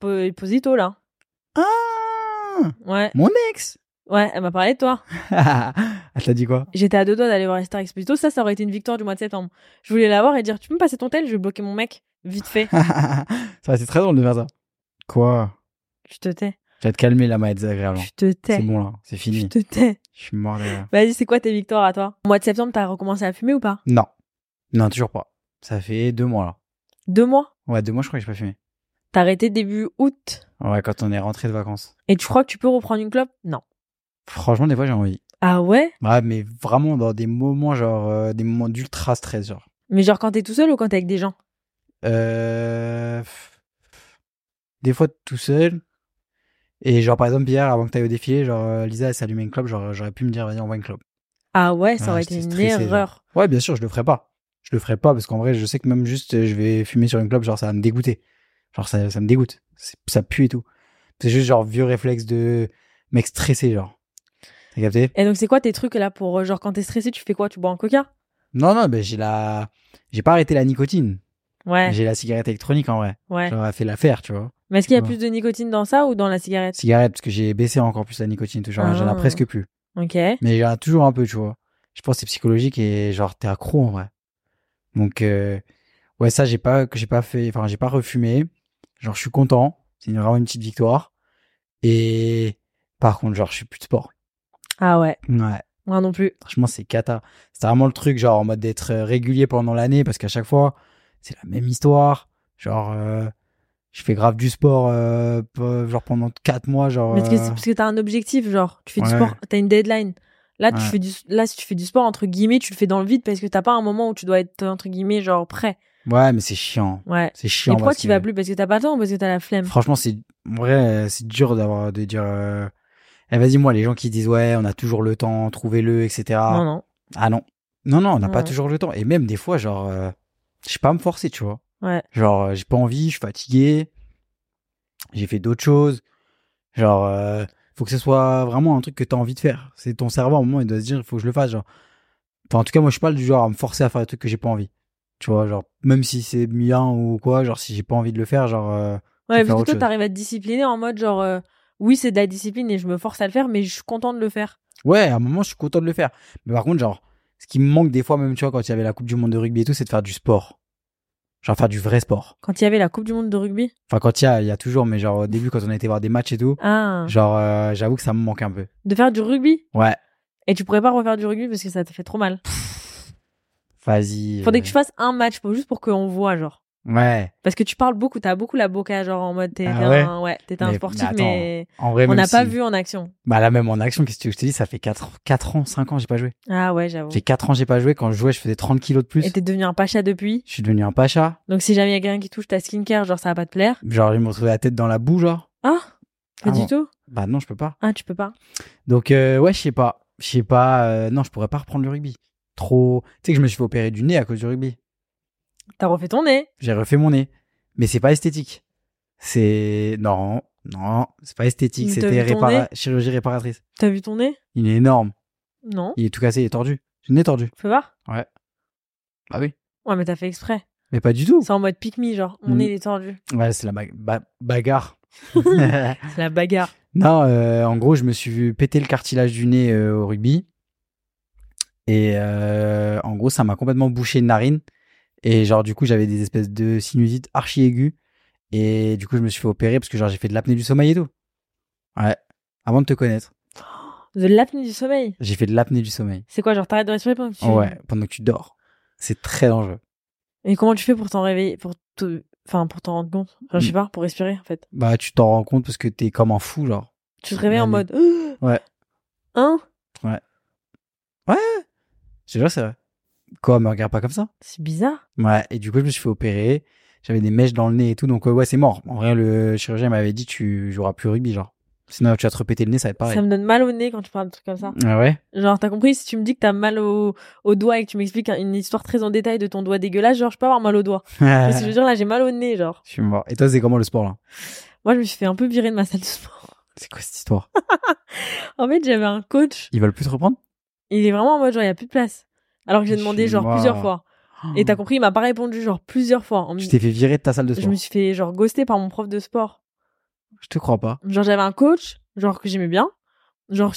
[SPEAKER 2] Po- Posito là.
[SPEAKER 1] ah
[SPEAKER 2] Ouais,
[SPEAKER 1] mon ex [laughs]
[SPEAKER 2] ouais, elle m'a parlé de toi.
[SPEAKER 1] elle t'a dit quoi [laughs]
[SPEAKER 2] J'étais à deux doigts d'aller voir Esther Exposito, ça, ça aurait été une victoire du mois de septembre. Je voulais la voir et dire Tu peux me passer ton tel Je vais bloquer mon mec,
[SPEAKER 1] [laughs]
[SPEAKER 2] vite fait.
[SPEAKER 1] ça va c'est très drôle de faire ça quoi
[SPEAKER 2] Je te tais,
[SPEAKER 1] je vais te calmer là ma désagréablement
[SPEAKER 2] je te tais,
[SPEAKER 1] c'est bon là c'est
[SPEAKER 2] je
[SPEAKER 1] fini
[SPEAKER 2] te tais.
[SPEAKER 1] je suis mort derrière
[SPEAKER 2] Vas-y, c'est quoi tes victoires à toi Au mois de septembre, t'as recommencé à fumer ou pas
[SPEAKER 1] non non toujours pas ça fait deux mois là
[SPEAKER 2] Deux mois.
[SPEAKER 1] ouais deux mois je crois que j'ai pas fumé
[SPEAKER 2] T'as arrêté début août
[SPEAKER 1] ouais quand on est rentré de vacances
[SPEAKER 2] et tu crois que tu peux reprendre une clope Non.
[SPEAKER 1] franchement des fois j'ai envie
[SPEAKER 2] Ah ouais
[SPEAKER 1] ouais mais vraiment dans des moments genre euh, des moments d'ultra stress genre
[SPEAKER 2] Mais genre quand t'es tout seul ou quand t'es avec des gens
[SPEAKER 1] Euh, pff, Des fois tout seul. euh, Et genre par exemple hier, avant que t'ailles au défilé, genre euh, Lisa elle s'allumait une clope, genre j'aurais pu me dire vas-y on va une clope.
[SPEAKER 2] Ah ouais, ça
[SPEAKER 1] Ah,
[SPEAKER 2] aurait
[SPEAKER 1] j'étais
[SPEAKER 2] été une
[SPEAKER 1] stressé, genre.
[SPEAKER 2] erreur.
[SPEAKER 1] Ouais, bien sûr, je le ferai pas. Je le ferai pas parce qu'en vrai, je sais que même juste, euh, je vais fumer sur une clope, genre ça va me dégoûter. Genre ça, ça me dégoûte. C'est- Ça pue et tout. C'est juste genre vieux réflexe de mec stressé, genre. T'as capté
[SPEAKER 2] Et donc, c'est quoi tes trucs là pour euh, genre quand t'es stressé, tu fais quoi Tu bois un coca
[SPEAKER 1] Non, non, ben j'ai la, j'ai pas arrêté la nicotine.
[SPEAKER 2] Ouais,
[SPEAKER 1] J'ai la cigarette électronique en vrai.
[SPEAKER 2] ouais.
[SPEAKER 1] J'aurais fait l'affaire, tu vois.
[SPEAKER 2] Mais est-ce qu'il y a
[SPEAKER 1] Ouais.
[SPEAKER 2] plus de nicotine dans ça ou dans la cigarette
[SPEAKER 1] Cigarette, parce que j'ai baissé encore plus la nicotine, toujours. J'en
[SPEAKER 2] Ah.
[SPEAKER 1] ai presque plus.
[SPEAKER 2] Ok.
[SPEAKER 1] Mais il y en a toujours un peu, tu vois. Je pense que c'est psychologique et genre t'es accro en vrai. Donc euh, ouais, ça j'ai pas que j'ai pas fait, enfin j'ai pas refumé. Genre je suis content, c'est une- vraiment une petite victoire. Et par contre, genre je suis plus de sport.
[SPEAKER 2] Ah ouais,
[SPEAKER 1] Ouais,
[SPEAKER 2] moi non plus.
[SPEAKER 1] franchement c'est cata. C'est vraiment le truc genre en mode d'être euh, régulier pendant l'année parce qu'à chaque fois c'est la même histoire. Genre euh, je fais grave du sport euh, pe- genre pendant quatre mois genre.
[SPEAKER 2] Mais est-ce que c'est
[SPEAKER 1] euh,
[SPEAKER 2] parce que t'as un objectif, genre tu fais du
[SPEAKER 1] Ouais.
[SPEAKER 2] sport, t'as une deadline. Là, tu
[SPEAKER 1] Ouais.
[SPEAKER 2] fais du, là, si tu fais du sport entre guillemets, tu le fais dans le vide parce que t'as pas un moment où tu dois être euh, entre guillemets genre prêt.
[SPEAKER 1] euh, Ouais, mais c'est chiant.
[SPEAKER 2] Ouais.
[SPEAKER 1] C'est
[SPEAKER 2] Et
[SPEAKER 1] chiant.
[SPEAKER 2] pourquoi
[SPEAKER 1] parce
[SPEAKER 2] tu
[SPEAKER 1] que-
[SPEAKER 2] vas plus parce que t'as pas le temps ou parce que t'as la flemme
[SPEAKER 1] Franchement, c'est en vrai, euh, c'est dur d'avoir de dire. euh, Eh, vas-y, moi, les gens qui disent ouais, on a toujours le temps, trouvez-le, etc.
[SPEAKER 2] Non non.
[SPEAKER 1] Ah non, non, non, on n'a pas
[SPEAKER 2] Non.
[SPEAKER 1] toujours le temps. Et même des fois, genre, euh, je sais pas me forcer, tu vois.
[SPEAKER 2] Ouais.
[SPEAKER 1] Genre, euh, j'ai pas envie, je suis fatigué, j'ai fait d'autres choses. Genre, euh, faut que ce soit vraiment un truc que t'as envie de faire. C'est ton cerveau, à un moment, il doit se dire, il faut que je le fasse. Genre, enfin, en tout cas, moi, je suis pas du genre à me forcer à faire des trucs que j'ai pas envie. Tu vois, genre, même si c'est bien ou quoi, genre, si j'ai pas envie de le faire, genre. euh,
[SPEAKER 2] Ouais,
[SPEAKER 1] faire
[SPEAKER 2] parce que
[SPEAKER 1] autre
[SPEAKER 2] toi
[SPEAKER 1] chose.
[SPEAKER 2] t'arrives à te discipliner en mode genre euh, oui c'est de la discipline et je me force à le faire mais je suis content de le faire.
[SPEAKER 1] Ouais, à un moment, je suis content de le faire. Mais par contre, genre, ce qui me manque des fois, même, tu vois, quand il y avait la Coupe du Monde de rugby et tout, c'est de faire du sport. Genre, faire du vrai sport.
[SPEAKER 2] Quand il y avait la Coupe du Monde de rugby.
[SPEAKER 1] Enfin, quand il y a, il y a toujours, mais genre, au début, quand on a été voir des matchs et tout,
[SPEAKER 2] Ah.
[SPEAKER 1] genre, euh, j'avoue que ça me manque un peu.
[SPEAKER 2] De faire du rugby
[SPEAKER 1] Ouais,
[SPEAKER 2] et tu pourrais pas refaire du rugby parce que ça te fait trop mal.
[SPEAKER 1] vas-y.
[SPEAKER 2] Faudrait
[SPEAKER 1] euh,
[SPEAKER 2] que tu fasses un match pour, juste pour qu'on voit genre.
[SPEAKER 1] Ouais.
[SPEAKER 2] Parce que tu parles beaucoup, t'as beaucoup la boca, genre en mode t'es
[SPEAKER 1] Ah
[SPEAKER 2] t'es
[SPEAKER 1] ouais
[SPEAKER 2] un, ouais, t'es un
[SPEAKER 1] Mais-
[SPEAKER 2] sportif,
[SPEAKER 1] mais attends,
[SPEAKER 2] mais,
[SPEAKER 1] En vrai,
[SPEAKER 2] on
[SPEAKER 1] même
[SPEAKER 2] n'a pas
[SPEAKER 1] si-
[SPEAKER 2] vu en action.
[SPEAKER 1] Bah, là, même en action, qu'est-ce que tu veux que je te dis Ça fait 4, quatre ans, 5 ans, j'ai pas joué.
[SPEAKER 2] Ah ouais, j'avoue.
[SPEAKER 1] J'ai 4 ans, j'ai pas joué. Quand je jouais, je faisais 30 kilos de plus.
[SPEAKER 2] Et t'es devenu un pacha depuis.
[SPEAKER 1] Je suis devenu un pacha. Donc,
[SPEAKER 2] Donc si jamais y a quelqu'un qui touche ta skincare, genre ça va pas te plaire.
[SPEAKER 1] Genre, je me retrouvais la tête dans la boue, genre.
[SPEAKER 2] Ah,
[SPEAKER 1] Ah
[SPEAKER 2] pas du
[SPEAKER 1] bon.
[SPEAKER 2] tout.
[SPEAKER 1] Bah, non, je peux pas.
[SPEAKER 2] Ah, tu peux pas.
[SPEAKER 1] Donc euh, ouais, je sais pas, je sais pas. euh, non, je pourrais pas reprendre le rugby. Trop. Tu sais que je me suis fait opérer du nez à cause du rugby.
[SPEAKER 2] T'as refait ton nez.
[SPEAKER 1] J'ai refait mon nez, mais c'est pas esthétique. C'est non, non, c'est pas esthétique.
[SPEAKER 2] Mais t'as
[SPEAKER 1] C'était
[SPEAKER 2] vu ton
[SPEAKER 1] répara-
[SPEAKER 2] nez
[SPEAKER 1] chirurgie réparatrice.
[SPEAKER 2] T'as vu ton nez
[SPEAKER 1] Il est énorme.
[SPEAKER 2] Non.
[SPEAKER 1] Il est tout cassé, il est tordu. Le nez tordu.
[SPEAKER 2] Fais voir.
[SPEAKER 1] Ah oui.
[SPEAKER 2] Ouais, mais t'as fait exprès.
[SPEAKER 1] Mais pas du tout.
[SPEAKER 2] C'est en mode pick me, genre mon
[SPEAKER 1] Mm.
[SPEAKER 2] nez il est tordu.
[SPEAKER 1] Ouais, c'est la ba- ba-
[SPEAKER 2] [laughs]
[SPEAKER 1] bagarre. [laughs]
[SPEAKER 2] C'est la bagarre.
[SPEAKER 1] Non, euh, en gros, je me suis vu péter le cartilage du nez euh, au rugby. Et euh, en gros, ça m'a complètement bouché une narine. Et genre, du coup, j'avais des espèces de sinusite archi aiguë. Et du coup, je me suis fait opérer parce que genre, j'ai fait de l'apnée du sommeil et tout. Ouais. Avant de te connaître,
[SPEAKER 2] De l'apnée du sommeil.
[SPEAKER 1] j'ai fait de l'apnée du sommeil.
[SPEAKER 2] C'est quoi, genre t'arrêtes de respirer pendant que tu.
[SPEAKER 1] Ouais, pendant que tu dors. C'est très dangereux.
[SPEAKER 2] Et comment tu fais pour t'en réveiller, pour te, enfin pour t'en rendre compte. Enfin, je sais
[SPEAKER 1] Mm.
[SPEAKER 2] pas, pour respirer en fait.
[SPEAKER 1] Bah, tu t'en rends compte parce que t'es comme un fou, genre.
[SPEAKER 2] Tu te réveilles en
[SPEAKER 1] Allez.
[SPEAKER 2] mode. [gasps]
[SPEAKER 1] Ouais.
[SPEAKER 2] Hein
[SPEAKER 1] C'est vrai, c'est vrai. Quoi, me regarde pas comme ça.
[SPEAKER 2] C'est bizarre.
[SPEAKER 1] Ouais, et du coup, je me suis fait opérer. J'avais des mèches dans le nez et tout, donc euh, ouais, c'est mort. En vrai, le chirurgien m'avait dit, tu joueras plus au rugby, genre. Sinon, tu vas te repéter le nez, ça va être pareil.
[SPEAKER 2] Ça me donne mal au nez quand tu parles de trucs comme ça.
[SPEAKER 1] Ah
[SPEAKER 2] [laughs]
[SPEAKER 1] ouais
[SPEAKER 2] Genre, t'as compris, si tu me dis que t'as mal au, au doigt et que tu m'expliques un- une histoire très en détail de ton doigt dégueulasse, genre, je peux avoir mal au doigt. Mais si je veux
[SPEAKER 1] Je
[SPEAKER 2] dire, là, j'ai mal au nez, genre.
[SPEAKER 1] suis mort. Et toi, c'est comment le sport, là
[SPEAKER 2] Moi, je me suis fait un peu virer de ma salle de sport. [laughs]
[SPEAKER 1] C'est quoi cette histoire
[SPEAKER 2] En fait, j'avais un coach.
[SPEAKER 1] Ils veulent plus te reprendre
[SPEAKER 2] Il est vraiment en mode, genre, il y a plus de place. Alors que j'ai
[SPEAKER 1] Je
[SPEAKER 2] demandé,
[SPEAKER 1] suis
[SPEAKER 2] genre,
[SPEAKER 1] mort.
[SPEAKER 2] plusieurs fois. Et t'as compris, il m'a pas répondu, genre, plusieurs fois. En me-
[SPEAKER 1] Oh. Tu t'es fait virer de ta salle de
[SPEAKER 2] Je
[SPEAKER 1] sport.
[SPEAKER 2] me
[SPEAKER 1] Je,
[SPEAKER 2] suis fait, genre, ghoster par mon prof de sport.
[SPEAKER 1] te crois pas.
[SPEAKER 2] Genre, j'avais un coach, genre, que j'aimais bien. Genre,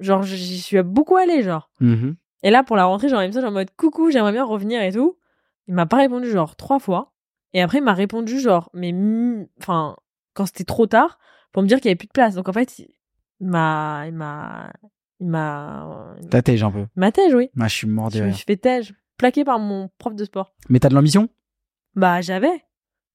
[SPEAKER 2] genre, j'y suis beaucoup allée, genre.
[SPEAKER 1] Mhm.
[SPEAKER 2] Et là, pour la rentrée, j'ai envoyé un message en mode coucou, j'aimerais bien revenir et tout. Il m'a pas répondu genre trois fois. Et après, il m'a répondu genre, mais mi- enfin, quand c'était trop tard, pour me dire qu'il y avait plus de place. Donc en fait, il m'a, il m'a, il m'a, il
[SPEAKER 1] T'as tège un peu.
[SPEAKER 2] m'a tège, oui.
[SPEAKER 1] Ah, je suis mort de
[SPEAKER 2] Je me
[SPEAKER 1] rire.
[SPEAKER 2] suis fait tège, plaqué par mon prof de sport.
[SPEAKER 1] Mais t'as de l'ambition
[SPEAKER 2] Bah, j'avais.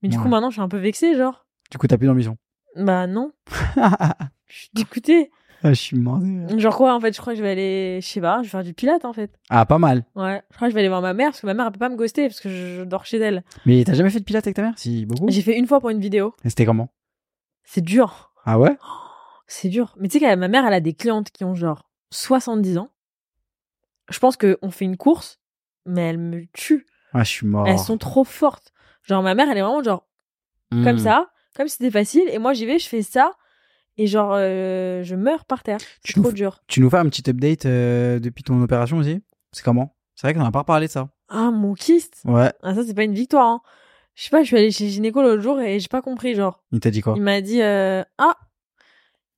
[SPEAKER 2] Mais du coup,
[SPEAKER 1] Ouais.
[SPEAKER 2] maintenant, je suis un peu vexée, genre.
[SPEAKER 1] Du coup, t'as plus d'ambition. [laughs]
[SPEAKER 2] Bah, non.
[SPEAKER 1] ah,
[SPEAKER 2] Je suis dégoûtée.
[SPEAKER 1] je suis mort de rire.
[SPEAKER 2] Genre quoi, en fait, je crois que je vais aller, je sais pas, je vais faire du pilate, en fait.
[SPEAKER 1] Ah, pas mal.
[SPEAKER 2] Ouais. Je crois que je vais aller voir ma mère, parce que ma mère, elle peut pas me ghoster, parce que je je dors chez elle.
[SPEAKER 1] Mais t'as jamais fait de pilates avec ta mère Si, beaucoup.
[SPEAKER 2] J'ai fait une fois pour une vidéo.
[SPEAKER 1] Et c'était comment
[SPEAKER 2] C'est dur.
[SPEAKER 1] Ah ouais
[SPEAKER 2] C'est dur. Mais tu sais que ma mère, elle a des clientes qui ont genre 70 ans. je pense qu'on fait une course, mais elle me tue.
[SPEAKER 1] Ah, je suis mort.
[SPEAKER 2] Elles sont trop fortes. Genre, ma mère, elle est vraiment genre
[SPEAKER 1] Hmm.
[SPEAKER 2] comme ça, comme si c'était facile. Et moi, j'y vais, je fais ça. Et genre, euh, je meurs par terre.
[SPEAKER 1] Tu
[SPEAKER 2] C'est trop
[SPEAKER 1] nous-
[SPEAKER 2] dur.
[SPEAKER 1] Tu nous fais un petit update euh, depuis ton opération aussi C'est comment C'est vrai qu'on n'a pas parlé de ça.
[SPEAKER 2] Ah, mon kyste.
[SPEAKER 1] Ouais.
[SPEAKER 2] Ah, ça, c'est pas une victoire. hein. Je sais pas, je suis allée chez le gynéco l'autre jour et j'ai pas compris. Genre,
[SPEAKER 1] Il t'a dit quoi
[SPEAKER 2] il m'a dit euh, Ah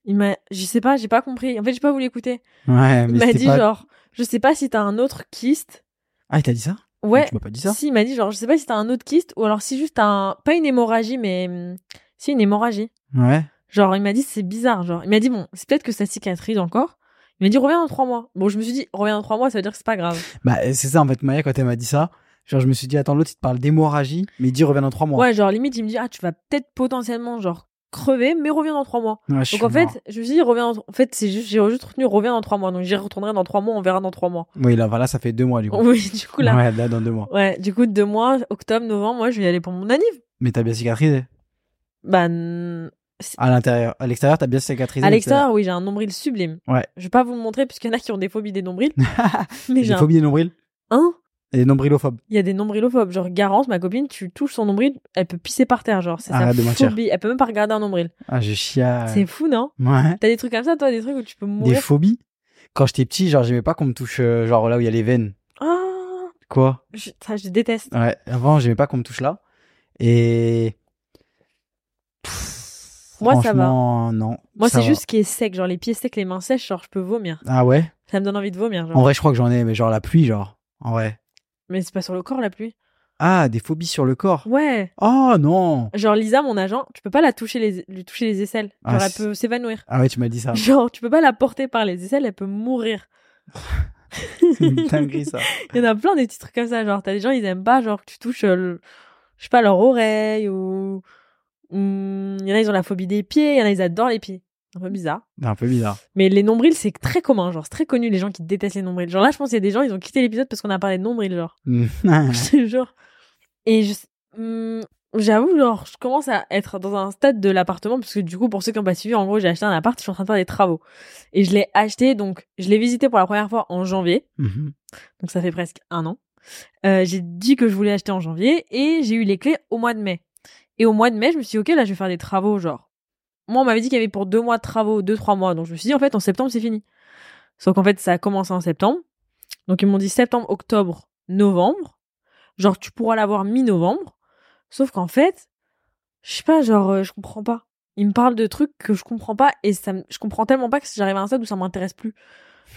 [SPEAKER 2] Il m'a. Je sais pas, j'ai pas compris. En fait, j'ai pas voulu écouter.
[SPEAKER 1] Ouais,
[SPEAKER 2] Il
[SPEAKER 1] mais
[SPEAKER 2] m'a
[SPEAKER 1] c'était
[SPEAKER 2] dit
[SPEAKER 1] pas...
[SPEAKER 2] genre, je sais pas si t'as un autre kyste.
[SPEAKER 1] Ah, il t'a dit ça
[SPEAKER 2] Ouais.
[SPEAKER 1] Tu m'as pas dit ça
[SPEAKER 2] Si, il m'a dit genre, je sais pas si t'as un autre kyste ou alors si juste t'as un... pas une hémorragie, mais hum, si une hémorragie.
[SPEAKER 1] Ouais.
[SPEAKER 2] Genre, il m'a dit c'est bizarre. Genre, il m'a dit bon, c'est peut-être que ça cicatrise encore. Il m'a dit reviens dans trois mois. Bon, je me suis dit reviens dans trois mois, ça veut dire que c'est pas grave.
[SPEAKER 1] Bah, c'est ça en fait, Maya, quand elle m'a dit ça, genre je me suis dit, attends, l'autre il te parle d'hémorragie, mais il dit revient dans trois mois.
[SPEAKER 2] Ouais, genre limite il me dit ah tu vas peut-être potentiellement genre crever, mais reviens dans trois mois.
[SPEAKER 1] Ouais, je suis
[SPEAKER 2] Donc en fait,
[SPEAKER 1] mort.
[SPEAKER 2] je me suis dit reviens. Dans... En fait, c'est juste j'ai juste retenu reviens dans trois mois. Donc j'y retournerai dans trois mois, on verra dans trois mois.
[SPEAKER 1] Oui, là, voilà, ça fait deux mois
[SPEAKER 2] [laughs]
[SPEAKER 1] du coup.
[SPEAKER 2] Oui, du coup là. Ouais.
[SPEAKER 1] Ouais, là, dans deux mois.
[SPEAKER 2] du coup, deux mois, octobre, novembre, moi je vais y aller pour mon anniv.
[SPEAKER 1] Mais t'as bien cicatrisé
[SPEAKER 2] Bah, n-
[SPEAKER 1] À l'intérieur. À l'extérieur, t'as bien cicatrisé.
[SPEAKER 2] à l'extérieur, oui, j'ai un nombril sublime.
[SPEAKER 1] Ouais.
[SPEAKER 2] Je vais pas vous le montrer puisqu'il y en a qui ont des phobies des nombrils. [laughs] mais
[SPEAKER 1] J'ai
[SPEAKER 2] j'ai
[SPEAKER 1] des
[SPEAKER 2] un...
[SPEAKER 1] phobies des nombrils
[SPEAKER 2] Hein
[SPEAKER 1] et des nombrilophobes.
[SPEAKER 2] Il y a des nombrilophobes. Genre, Garance, ma copine, tu touches son nombril, elle peut pisser par terre. Genre, c'est sa
[SPEAKER 1] Arrête de mentir.
[SPEAKER 2] phobie. Elle peut même pas regarder un nombril.
[SPEAKER 1] Ah, j'ai chial.
[SPEAKER 2] C'est fou, non
[SPEAKER 1] Ouais.
[SPEAKER 2] T'as des trucs comme ça, toi, des trucs où tu peux
[SPEAKER 1] Des
[SPEAKER 2] mourir.
[SPEAKER 1] phobies Quand j'étais petit, genre j'aimais pas qu'on me touche, euh, genre là où il y a les veines.
[SPEAKER 2] Ah,
[SPEAKER 1] Quoi
[SPEAKER 2] je- ça, je déteste.
[SPEAKER 1] Ouais, avant, j'aimais pas qu'on me touche là. Et.
[SPEAKER 2] Moi, ça va.
[SPEAKER 1] Franchement, non. ça
[SPEAKER 2] Moi, c'est
[SPEAKER 1] va.
[SPEAKER 2] juste ce qui est sec. Genre, les pieds secs, les mains sèches, genre, je peux vomir.
[SPEAKER 1] Ah ouais
[SPEAKER 2] Ça me donne envie de vomir. Genre.
[SPEAKER 1] En vrai, je crois que j'en ai, mais genre la pluie, genre. En vrai.
[SPEAKER 2] Mais c'est pas sur le corps, la pluie.
[SPEAKER 1] Ah, des phobies sur le corps.
[SPEAKER 2] Ouais.
[SPEAKER 1] Oh non
[SPEAKER 2] Genre, Lisa, mon agent, tu peux pas la toucher les... lui toucher les aisselles.
[SPEAKER 1] Ah,
[SPEAKER 2] Genre, elle
[SPEAKER 1] c'est-
[SPEAKER 2] peut s'évanouir.
[SPEAKER 1] Ah ouais, tu m'as dit
[SPEAKER 2] [laughs]
[SPEAKER 1] ça.
[SPEAKER 2] Genre, tu peux pas la porter par les aisselles, elle peut mourir.
[SPEAKER 1] C'est [laughs] une dinguerie ça.
[SPEAKER 2] [laughs] Il y en a plein des petits trucs comme ça. Genre, t'as des gens, ils aiment pas, genre, que tu touches, euh, le- je sais pas, leur oreille ou. Hmm, Il y en a, ils ont la phobie des pieds, il y en a, ils adorent les pieds. Un peu bizarre.
[SPEAKER 1] C'est un peu
[SPEAKER 2] [laughs]
[SPEAKER 1] bizarre.
[SPEAKER 2] Mais les nombrils, c'est très commun, genre, c'est très connu, les gens qui détestent les nombrils. Genre, là, je pense qu'il y a des gens, ils ont quitté l'épisode parce qu'on a parlé de nombrils, genre.
[SPEAKER 1] Mhm.
[SPEAKER 2] [laughs] Je te jure. Et je. hmm, J'avoue, genre, je commence à être dans un stade de l'appartement, parce que du coup, pour ceux qui n'ont pas suivi, en gros, j'ai acheté un appart, je suis en train de faire des travaux. Et je l'ai acheté, donc, je l'ai visité pour la première fois en janvier.
[SPEAKER 1] Mhm.
[SPEAKER 2] Donc ça fait presque un an. Euh, j'ai dit que je voulais acheter en janvier et j'ai eu les clés au mois de mai. Et au mois de mai, je me suis dit, ok, là, je vais faire des travaux, genre. Moi, on m'avait dit qu'il y avait pour deux mois de travaux, deux, trois mois. Donc je me suis dit, en fait, en septembre, c'est fini. Sauf qu'en fait, ça a commencé en septembre. Donc ils m'ont dit septembre, octobre, novembre. Genre, tu pourras l'avoir mi-novembre. Sauf qu'en fait, je sais pas, genre, euh, je comprends pas. Ils me parlent de trucs que je comprends pas et ça, me- je comprends tellement pas que j'arrive à un stade où ça m'intéresse plus.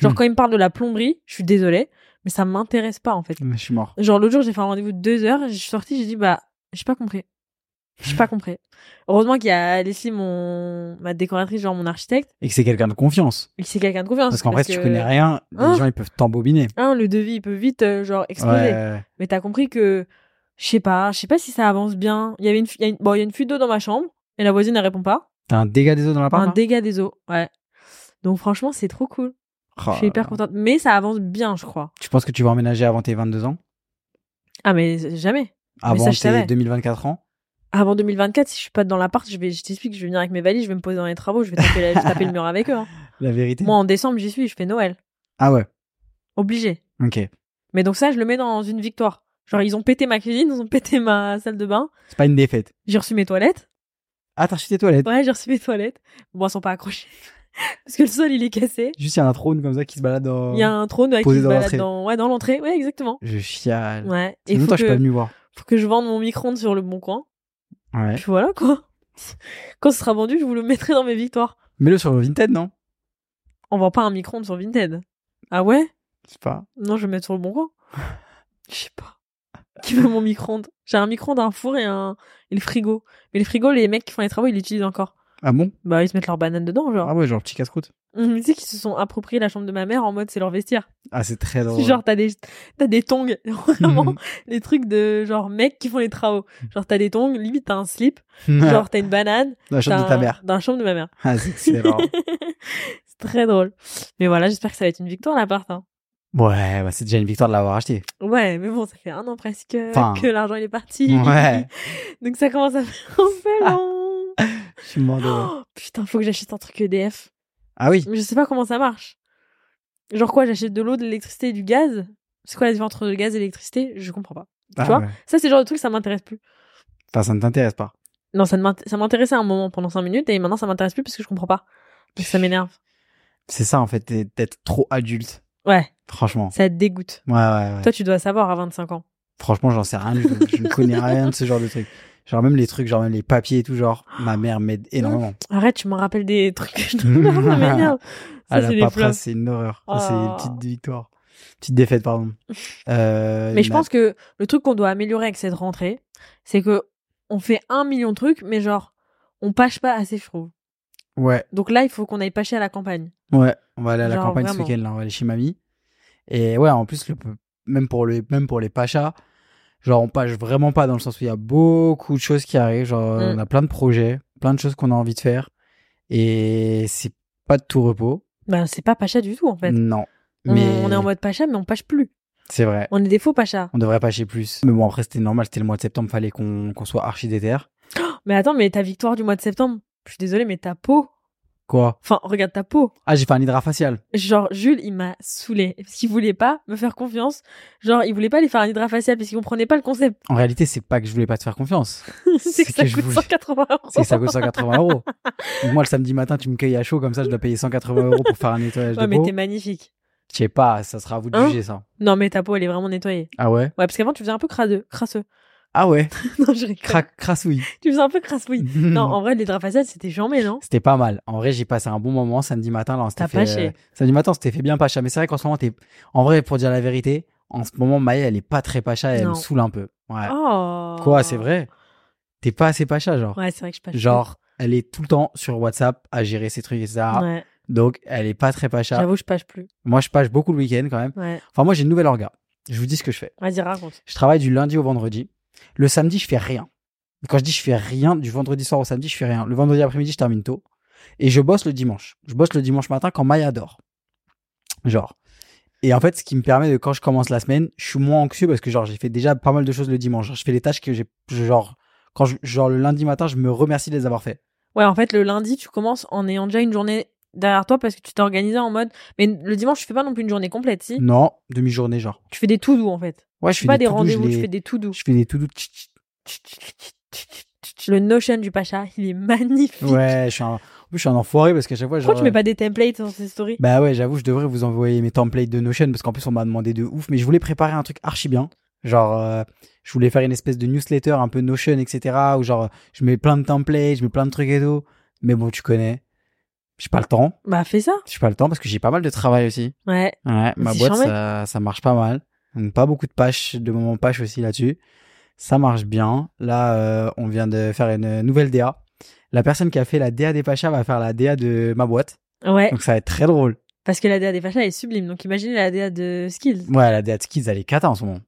[SPEAKER 2] Genre,
[SPEAKER 1] Hmm.
[SPEAKER 2] quand ils me parlent de la plomberie, je suis désolée, mais ça m'intéresse pas, en fait.
[SPEAKER 1] Je suis mort.
[SPEAKER 2] Genre l'autre jour, j'ai fait un rendez-vous de deux heures, je suis sortie, j'ai dit bah j'ai pas compris, j'ai pas compris. Heureusement qu'il y a Leslie, mon ma décoratrice, genre mon architecte,
[SPEAKER 1] Et que c'est quelqu'un de confiance.
[SPEAKER 2] et que c'est quelqu'un de confiance.
[SPEAKER 1] Parce qu'en vrai, si tu
[SPEAKER 2] que,
[SPEAKER 1] connais rien,
[SPEAKER 2] Hein
[SPEAKER 1] les gens ils peuvent t'embobiner.
[SPEAKER 2] un, le devis il peut vite euh, genre exploser.
[SPEAKER 1] Ouais.
[SPEAKER 2] Mais t'as compris que je sais pas, je sais pas si ça avance bien. Il y avait une, fu- il y a une- bon il y a une fuite d'eau dans ma chambre et la voisine elle répond pas.
[SPEAKER 1] T'as un dégât des eaux dans la
[SPEAKER 2] un
[SPEAKER 1] part
[SPEAKER 2] dégât des eaux, ouais. Donc franchement c'est trop cool,
[SPEAKER 1] Oh
[SPEAKER 2] je suis hyper contente. Mais ça avance bien je crois.
[SPEAKER 1] Ah. Tu penses que tu vas emménager avant tes 22 ans
[SPEAKER 2] Ah mais jamais.
[SPEAKER 1] Avant
[SPEAKER 2] ça, je
[SPEAKER 1] tes
[SPEAKER 2] savais.
[SPEAKER 1] 2024 ans
[SPEAKER 2] Avant 2024, si je suis pas dans l'appart, je vais, je t'explique, je vais venir avec mes valises, je vais me poser dans les travaux, je vais taper, la- je vais taper le mur avec
[SPEAKER 1] [laughs]
[SPEAKER 2] eux. hein.
[SPEAKER 1] La vérité
[SPEAKER 2] Moi, en décembre, j'y suis, je fais Noël.
[SPEAKER 1] Ah ouais,
[SPEAKER 2] Obligé.
[SPEAKER 1] ok.
[SPEAKER 2] Mais donc ça, je le mets dans une victoire. Genre, ils ont pété ma cuisine, ils ont pété ma salle de bain.
[SPEAKER 1] C'est pas une défaite.
[SPEAKER 2] J'ai reçu mes toilettes.
[SPEAKER 1] Ah, t'as reçu tes toilettes
[SPEAKER 2] Ouais, j'ai reçu mes toilettes. Bon, elles sont pas accrochées. [laughs] Parce que le sol, il est cassé.
[SPEAKER 1] Juste, il y a un trône comme ça qui se balade dans.
[SPEAKER 2] Il y a un trône ouais, qui
[SPEAKER 1] Posé
[SPEAKER 2] se
[SPEAKER 1] dans
[SPEAKER 2] balade
[SPEAKER 1] l'entrée.
[SPEAKER 2] dans, ouais, dans l'entrée. Ouais, exactement.
[SPEAKER 1] Je chiale.
[SPEAKER 2] Ouais.
[SPEAKER 1] C'est
[SPEAKER 2] Et faut
[SPEAKER 1] longtemps que je suis pas
[SPEAKER 2] que,
[SPEAKER 1] venu voir.
[SPEAKER 2] faut que je vende mon micro-ondes sur le bon coin.
[SPEAKER 1] Ouais.
[SPEAKER 2] Puis voilà, quoi. [laughs] Quand ce sera vendu, je vous le mettrai dans mes victoires.
[SPEAKER 1] Mets-le sur Vinted, non
[SPEAKER 2] On vend pas un micro-ondes sur Vinted. Ah ouais?
[SPEAKER 1] Je sais pas.
[SPEAKER 2] Non, je vais le mettre sur le bon coin. [laughs] Je sais pas. Qui veut mon micro-ondes J'ai un micro-ondes, un four et un et le frigo. Mais le frigo, les mecs qui font les travaux, ils l'utilisent encore.
[SPEAKER 1] Ah bon
[SPEAKER 2] Bah, ils se mettent leurs bananes dedans, genre.
[SPEAKER 1] Ah ouais, genre petit casse-croûte.
[SPEAKER 2] Hum, [laughs] Tu sais qu'ils se sont appropriés la chambre de ma mère en mode c'est leur vestiaire.
[SPEAKER 1] Ah, c'est très drôle.
[SPEAKER 2] [laughs] Genre, t'as des, t'as des tongs. [laughs] Vraiment,
[SPEAKER 1] [laughs]
[SPEAKER 2] les trucs de genre mecs qui font les travaux.
[SPEAKER 1] Mm.
[SPEAKER 2] Genre, t'as des tongs, limite t'as
[SPEAKER 1] [laughs]
[SPEAKER 2] un slip. Genre, t'as une banane.
[SPEAKER 1] Dans la chambre
[SPEAKER 2] t'as
[SPEAKER 1] de ta
[SPEAKER 2] un-
[SPEAKER 1] mère.
[SPEAKER 2] Dans la chambre de ma mère. [laughs]
[SPEAKER 1] Ah, c'est excellent.
[SPEAKER 2] c'est très drôle. Mais voilà, j'espère que ça va être une victoire l'appart. Hein.
[SPEAKER 1] [laughs] ouais, bah, c'est déjà une victoire de l'avoir
[SPEAKER 2] [laughs]
[SPEAKER 1] acheté.
[SPEAKER 2] Ouais, mais bon, ça fait un an presque
[SPEAKER 1] Enfin.
[SPEAKER 2] que l'argent il est parti.
[SPEAKER 1] Ouais. Ah.
[SPEAKER 2] Donc ça commence à faire un
[SPEAKER 1] [laughs]
[SPEAKER 2] peu long.
[SPEAKER 1] Je suis mort de.
[SPEAKER 2] [gasps] Putain, faut que j'achète un truc E EDF.
[SPEAKER 1] Ah oui
[SPEAKER 2] Mais je sais pas comment ça marche. Genre quoi, j'achète de l'eau, de l'électricité et du gaz C'est quoi la différence entre le gaz et l'électricité Je comprends pas.
[SPEAKER 1] Ah,
[SPEAKER 2] vois
[SPEAKER 1] ouais.
[SPEAKER 2] Ça, c'est le genre de truc, ça m'intéresse plus.
[SPEAKER 1] Enfin, ça ne t'intéresse pas.
[SPEAKER 2] Non, ça ne m'int- ça m'intéressait à un moment pendant 5 minutes et maintenant ça m'intéresse plus parce que je comprends pas. Parce que ça m'énerve.
[SPEAKER 1] C'est ça, en fait, t'es- d'être trop adulte.
[SPEAKER 2] Ouais,
[SPEAKER 1] Franchement.
[SPEAKER 2] ça te dégoûte.
[SPEAKER 1] Ouais, ouais, ouais.
[SPEAKER 2] Toi, tu dois savoir à 25 ans.
[SPEAKER 1] Franchement, j'en sais rien. du tout. Je, ne
[SPEAKER 2] [laughs]
[SPEAKER 1] connais rien de ce genre de truc. Genre, même les trucs, genre, même les papiers et tout, genre, ma mère m'aide énormément.
[SPEAKER 2] Arrête, tu me rappelles des trucs que
[SPEAKER 1] [laughs]
[SPEAKER 2] je dois faire, ça m'énerve.
[SPEAKER 1] ah,
[SPEAKER 2] Ça,
[SPEAKER 1] la
[SPEAKER 2] c'est des flops.
[SPEAKER 1] paperasse, c'est une horreur. Ça, C'est
[SPEAKER 2] Oh.
[SPEAKER 1] une petite victoire. Petite défaite,
[SPEAKER 2] [laughs]
[SPEAKER 1] pardon. Euh,
[SPEAKER 2] Mais je
[SPEAKER 1] ma-
[SPEAKER 2] pense que le truc qu'on doit améliorer avec cette rentrée, c'est que on fait un million de trucs, mais genre, on pâche pas assez, je trouve.
[SPEAKER 1] Ouais,
[SPEAKER 2] Donc là, il faut qu'on aille pâcher à la campagne.
[SPEAKER 1] ouais. On va aller à la
[SPEAKER 2] Genre,
[SPEAKER 1] campagne ce
[SPEAKER 2] vraiment.
[SPEAKER 1] week-end, là. On va aller chez mamie. Et ouais, en plus, le, même, pour les, même pour les pachas, genre, on pâche vraiment pas dans le sens où il y a beaucoup de choses qui arrivent. Genre,
[SPEAKER 2] Mm.
[SPEAKER 1] on a plein de projets, plein de choses qu'on a envie de faire. Et c'est pas de tout repos.
[SPEAKER 2] Ben, c'est pas pacha du tout, en fait.
[SPEAKER 1] Non.
[SPEAKER 2] On-
[SPEAKER 1] Mais
[SPEAKER 2] On, est en mode pacha, mais on pâche plus.
[SPEAKER 1] C'est vrai.
[SPEAKER 2] On est des faux pachas.
[SPEAKER 1] On devrait pâcher plus. Mais bon, après, c'était normal, c'était le mois de septembre, fallait qu'on qu'on soit archi déter.
[SPEAKER 2] Mais attends, mais ta victoire du mois de septembre, je suis désolée, mais ta peau.
[SPEAKER 1] Quoi
[SPEAKER 2] Enfin, regarde ta peau.
[SPEAKER 1] Ah, j'ai fait un hydrafacial.
[SPEAKER 2] Genre, Jules, il m'a saoulé. Parce qu'il voulait pas me faire confiance. Genre, il voulait pas aller faire un hydrafacial parce qu'il comprenait pas le concept. [laughs]
[SPEAKER 1] En réalité, c'est pas que je voulais pas te faire confiance, C'est
[SPEAKER 2] c'est que ça
[SPEAKER 1] que je
[SPEAKER 2] coûte
[SPEAKER 1] voulais-
[SPEAKER 2] 180 euros.
[SPEAKER 1] c'est que ça coûte 180
[SPEAKER 2] [laughs]
[SPEAKER 1] euros. Donc moi, le samedi matin, tu me cueilles à chaud, comme ça, je dois payer 180 euros pour faire un nettoyage
[SPEAKER 2] Ouais,
[SPEAKER 1] de
[SPEAKER 2] mais
[SPEAKER 1] peau.
[SPEAKER 2] t'es magnifique.
[SPEAKER 1] Je sais pas, ça sera à vous de
[SPEAKER 2] Hein
[SPEAKER 1] juger ça.
[SPEAKER 2] Non, mais ta peau, elle est vraiment nettoyée.
[SPEAKER 1] Ah ouais
[SPEAKER 2] Ouais, parce qu'avant, tu faisais un peu crasseux. crasseux. [laughs]
[SPEAKER 1] Ah ouais
[SPEAKER 2] non, je rigole.
[SPEAKER 1] Cra Mm. Crassouille.
[SPEAKER 2] Tu faisais un peu crassouille. non, en vrai, l'hydrafacial, c'était jamais, non
[SPEAKER 1] C'était pas mal. En vrai, j'ai passé un bon moment samedi matin. Là, on s'était
[SPEAKER 2] T'as
[SPEAKER 1] fait.
[SPEAKER 2] pâché.
[SPEAKER 1] euh, samedi matin, on s'était fait bien pacha. Mais c'est vrai qu'en ce moment, t'es. En vrai, pour dire la vérité, en ce moment, Maya, elle est pas très pacha. Elle
[SPEAKER 2] Non.
[SPEAKER 1] me saoule un peu. Ouais.
[SPEAKER 2] Oh.
[SPEAKER 1] Quoi, c'est vrai T'es pas assez pacha, genre.
[SPEAKER 2] Ouais, c'est vrai que je passe.
[SPEAKER 1] Genre, elle est tout le temps sur WhatsApp à gérer ses trucs, etc.
[SPEAKER 2] Ouais,
[SPEAKER 1] Donc, elle est pas très pacha.
[SPEAKER 2] j'avoue, je passe plus.
[SPEAKER 1] Moi, je pâche beaucoup le week-end quand même.
[SPEAKER 2] Ouais,
[SPEAKER 1] Enfin, moi, j'ai une nouvelle orga. Je vous dis ce que je fais.
[SPEAKER 2] vas-y, raconte.
[SPEAKER 1] Je travaille du lundi au vendredi. Le samedi, je fais rien. Quand je dis je fais rien, du vendredi soir au samedi, je fais rien. Le vendredi après-midi, je termine tôt. Et je bosse le dimanche. Je bosse le dimanche matin quand Maya dort. Genre. Et en fait, ce qui me permet de, quand je commence la semaine, je suis moins anxieux parce que, genre, j'ai fait déjà pas mal de choses le dimanche. Genre, je fais les tâches que j'ai, je- genre, quand je- genre, le lundi matin, je me remercie de les avoir fait.
[SPEAKER 2] Ouais, en fait, le lundi, tu commences en ayant déjà une journée derrière toi parce que tu t'es organisé en mode. Mais le dimanche, tu fais pas non plus une journée complète, si
[SPEAKER 1] Non, demi-journée, genre.
[SPEAKER 2] Tu fais des tout doux en fait.
[SPEAKER 1] Ouais, je
[SPEAKER 2] Tu
[SPEAKER 1] fais
[SPEAKER 2] fais pas des,
[SPEAKER 1] to-do, je
[SPEAKER 2] rendez-vous,
[SPEAKER 1] les-
[SPEAKER 2] tu fais
[SPEAKER 1] [laughs]
[SPEAKER 2] des tout doux.
[SPEAKER 1] Je fais des to-do. tch, tch,
[SPEAKER 2] Le Notion du Pacha, il est magnifique.
[SPEAKER 1] Ouais, je suis un, en plus, je suis un enfoiré parce qu'à chaque fois, genre. euh,
[SPEAKER 2] Pourquoi tu mets pas des templates dans ces stories
[SPEAKER 1] Bah ouais, j'avoue, je devrais vous envoyer mes templates de Notion parce qu'en plus, on m'a demandé de ouf, mais je voulais préparer un truc archi bien. Genre, euh, je voulais faire une espèce de newsletter un peu Notion, etc. Où genre, je mets plein de templates, je mets plein de trucs et tout. Mais bon, tu connais. J'ai pas le temps.
[SPEAKER 2] Bah, fais ça.
[SPEAKER 1] J'ai pas le temps parce que j'ai pas mal de travail aussi.
[SPEAKER 2] Ouais.
[SPEAKER 1] Ouais, ma
[SPEAKER 2] c'est
[SPEAKER 1] boîte,
[SPEAKER 2] charmé.
[SPEAKER 1] ça, ça marche pas mal. Donc, pas beaucoup de pages, de moments pages aussi là-dessus. Ça marche bien. Là, euh, on vient de faire une nouvelle DA. La personne qui a fait la DA des Pachas va faire la DA de ma boîte. [laughs]
[SPEAKER 2] Ouais.
[SPEAKER 1] Donc, ça va être très drôle.
[SPEAKER 2] Parce que la DA des Pachas est sublime. Donc, imaginez la DA de Skills.
[SPEAKER 1] Ouais, la DA de Skids, elle est cata en ce moment.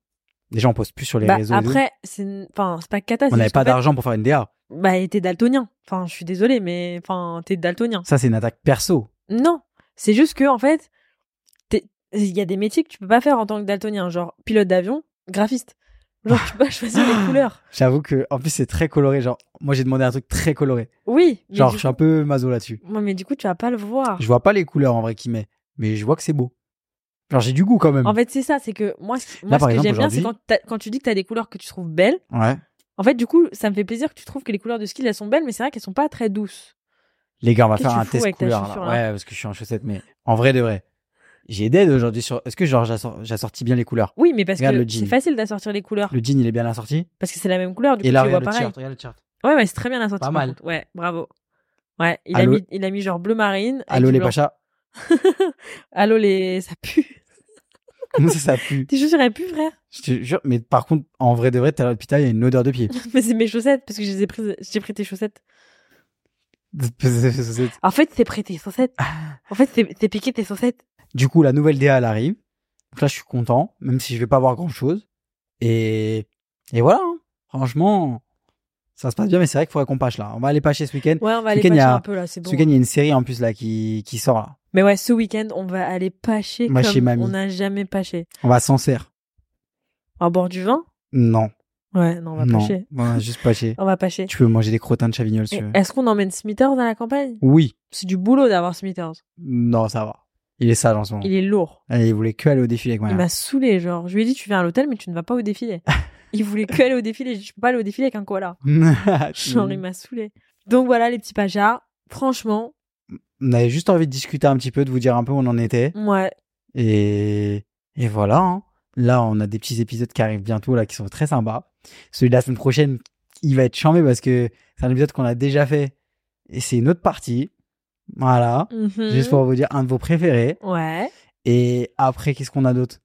[SPEAKER 1] Déjà, on poste plus sur les
[SPEAKER 2] Bah,
[SPEAKER 1] réseaux. et
[SPEAKER 2] après, c'est une- enfin, c'est pas cata.
[SPEAKER 1] tout. on n'avait pas d'argent pour faire une DA.
[SPEAKER 2] Bah, t'es daltonien. Enfin, je suis désolée, mais enfin, t'es daltonien.
[SPEAKER 1] Ça, c'est une attaque perso.
[SPEAKER 2] Non, c'est juste que en fait, t'es- il y a des métiers que tu peux pas faire en tant que daltonien, genre pilote d'avion, graphiste. Genre tu peux pas choisir
[SPEAKER 1] [gasps]
[SPEAKER 2] les couleurs.
[SPEAKER 1] J'avoue que, en plus, c'est très coloré. Genre, moi, j'ai demandé un truc très coloré.
[SPEAKER 2] Oui, mais
[SPEAKER 1] Genre,
[SPEAKER 2] du
[SPEAKER 1] je suis un peu maso là-dessus.
[SPEAKER 2] coup- Ouais, mais du coup tu vas pas le voir.
[SPEAKER 1] Je vois pas les couleurs en vrai qu'il met, mais je vois que c'est beau. Genre, j'ai du goût quand même.
[SPEAKER 2] En fait, c'est ça, c'est que moi, ce- moi,
[SPEAKER 1] par
[SPEAKER 2] ce que
[SPEAKER 1] exemple,
[SPEAKER 2] j'aime bien, c'est quand,
[SPEAKER 1] aujourd'hui-
[SPEAKER 2] t'as- quand tu dis que t'as des couleurs que tu trouves belles.
[SPEAKER 1] Ouais.
[SPEAKER 2] En fait, du coup, ça me fait plaisir que tu trouves que les couleurs de skill, elles sont belles, mais c'est vrai qu'elles sont pas très douces.
[SPEAKER 1] Les gars, on va
[SPEAKER 2] Qu'est-ce
[SPEAKER 1] faire
[SPEAKER 2] que
[SPEAKER 1] un
[SPEAKER 2] tu fous
[SPEAKER 1] test
[SPEAKER 2] avec ta
[SPEAKER 1] couleur.
[SPEAKER 2] chaussure,
[SPEAKER 1] Là.
[SPEAKER 2] là
[SPEAKER 1] Ouais, parce que je suis en chaussette, mais en vrai de vrai. J'ai d'aide aujourd'hui sur. Est-ce que genre j'assor- j'assortis bien les couleurs
[SPEAKER 2] Oui, mais parce
[SPEAKER 1] Regarde le
[SPEAKER 2] que
[SPEAKER 1] jean.
[SPEAKER 2] c'est facile d'assortir les couleurs
[SPEAKER 1] Le jean, il est bien assorti.
[SPEAKER 2] parce que c'est la même couleur, du
[SPEAKER 1] Et
[SPEAKER 2] coup
[SPEAKER 1] là,
[SPEAKER 2] tu vois
[SPEAKER 1] regarde le
[SPEAKER 2] pareil.
[SPEAKER 1] t-shirt. Regarde le t-shirt.
[SPEAKER 2] Ouais, mais c'est très bien assorti.
[SPEAKER 1] Pas
[SPEAKER 2] par
[SPEAKER 1] mal.
[SPEAKER 2] contre. Ouais, bravo. Ouais, il
[SPEAKER 1] Allô-
[SPEAKER 2] a mis, il a mis genre bleu marine. avec
[SPEAKER 1] Allô
[SPEAKER 2] du
[SPEAKER 1] les
[SPEAKER 2] Ah, blanc.
[SPEAKER 1] pachas.
[SPEAKER 2] [laughs] Allô les, ça pue.
[SPEAKER 1] Comment ça, ça pue
[SPEAKER 2] Tes chaussures elles puent, frère. [laughs]
[SPEAKER 1] Je te jure. Mais par contre, en vrai de vrai, t'es à l'hôpital, il y a une odeur de pied. [laughs]
[SPEAKER 2] Mais c'est mes chaussettes parce que je les ai prises- j'ai pris tes chaussettes.
[SPEAKER 1] du
[SPEAKER 2] En fait, c'est pris tes chaussettes.
[SPEAKER 1] Ah.
[SPEAKER 2] En fait, c'est c'est piqué tes chaussettes.
[SPEAKER 1] coup, la nouvelle DA, elle arrive. Donc là, je suis content, même si je vais pas voir grand chose. Et et voilà. hein. Franchement, ça se passe bien, mais c'est vrai qu'il faudrait qu'on pâche là. On va aller pâcher ce week-end.
[SPEAKER 2] Ouais, on va
[SPEAKER 1] Ce
[SPEAKER 2] aller
[SPEAKER 1] week-end, il y
[SPEAKER 2] pâcher
[SPEAKER 1] a-
[SPEAKER 2] un peu là, c'est
[SPEAKER 1] Ce
[SPEAKER 2] bon.
[SPEAKER 1] week-end, il y a une série en plus là qui qui sort là.
[SPEAKER 2] Mais ouais, ce week-end, on va aller pâcher
[SPEAKER 1] Moi,
[SPEAKER 2] comme
[SPEAKER 1] chez mamie.
[SPEAKER 2] on n'a jamais pâché.
[SPEAKER 1] On va s'en servir.
[SPEAKER 2] En bord du vin
[SPEAKER 1] Non.
[SPEAKER 2] Ouais, non, on va
[SPEAKER 1] non,
[SPEAKER 2] pâcher.
[SPEAKER 1] ouais, juste
[SPEAKER 2] [laughs]
[SPEAKER 1] pâcher.
[SPEAKER 2] On va pâcher.
[SPEAKER 1] tu peux manger des crottins de chavignol si
[SPEAKER 2] Et
[SPEAKER 1] tu veux.
[SPEAKER 2] Est-ce qu'on emmène Smithers à la campagne
[SPEAKER 1] Oui.
[SPEAKER 2] C'est du boulot d'avoir Smithers.
[SPEAKER 1] Non, ça va. Il est sale en ce moment.
[SPEAKER 2] Il est Eh lourd.
[SPEAKER 1] Allez, Il... voulait que aller au défilé avec moi.
[SPEAKER 2] Il m'a saoulé, genre. Je lui ai dit, tu viens à l'hôtel, mais tu ne vas pas au
[SPEAKER 1] [laughs]
[SPEAKER 2] défilé. il voulait que aller au défilé. Je dis, je peux pas aller au défilé avec un koala.
[SPEAKER 1] [laughs]
[SPEAKER 2] [laughs] Genre,
[SPEAKER 1] Mmh.
[SPEAKER 2] il m'a saoulé. Donc voilà, les petits pachas. Franchement,
[SPEAKER 1] On avait juste envie de discuter un petit peu, de vous dire un peu où on en était.
[SPEAKER 2] ouais.
[SPEAKER 1] Et, et voilà. hein. Là, on a des petits épisodes qui arrivent bientôt, là, qui sont très sympas. Celui de la semaine prochaine, il va être chambé parce que c'est un épisode qu'on a déjà fait. Et c'est une autre partie. Voilà.
[SPEAKER 2] Mhm.
[SPEAKER 1] Juste pour vous dire un de vos préférés.
[SPEAKER 2] Ouais.
[SPEAKER 1] Et après, qu'est-ce qu'on a d'autre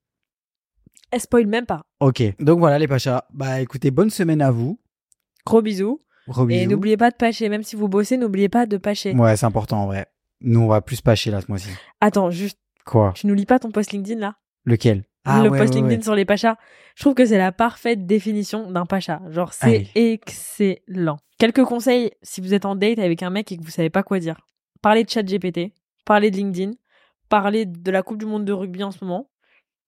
[SPEAKER 2] Elle spoil même pas.
[SPEAKER 1] Ok. Donc voilà, les Pachas. Bah écoutez, bonne semaine à vous.
[SPEAKER 2] Gros bisous.
[SPEAKER 1] Gros
[SPEAKER 2] Et
[SPEAKER 1] bisous.
[SPEAKER 2] n'oubliez pas de pacher. Même si vous bossez, n'oubliez pas de pacher.
[SPEAKER 1] Ouais, c'est important en vrai. Nous, on va plus pacher là ce mois-ci.
[SPEAKER 2] Attends, juste,
[SPEAKER 1] Quoi
[SPEAKER 2] tu nous lis pas ton post LinkedIn là
[SPEAKER 1] Lequel Ah,
[SPEAKER 2] le
[SPEAKER 1] ouais,
[SPEAKER 2] post
[SPEAKER 1] ouais, ouais.
[SPEAKER 2] LinkedIn sur les pachas. Je trouve que c'est la parfaite définition d'un pacha. Genre, c'est
[SPEAKER 1] Allez.
[SPEAKER 2] excellent. Quelques conseils si vous êtes en date avec un mec et que vous savez pas quoi dire. Parlez de chat GPT, parlez de LinkedIn, parlez de la Coupe du Monde de rugby en ce moment,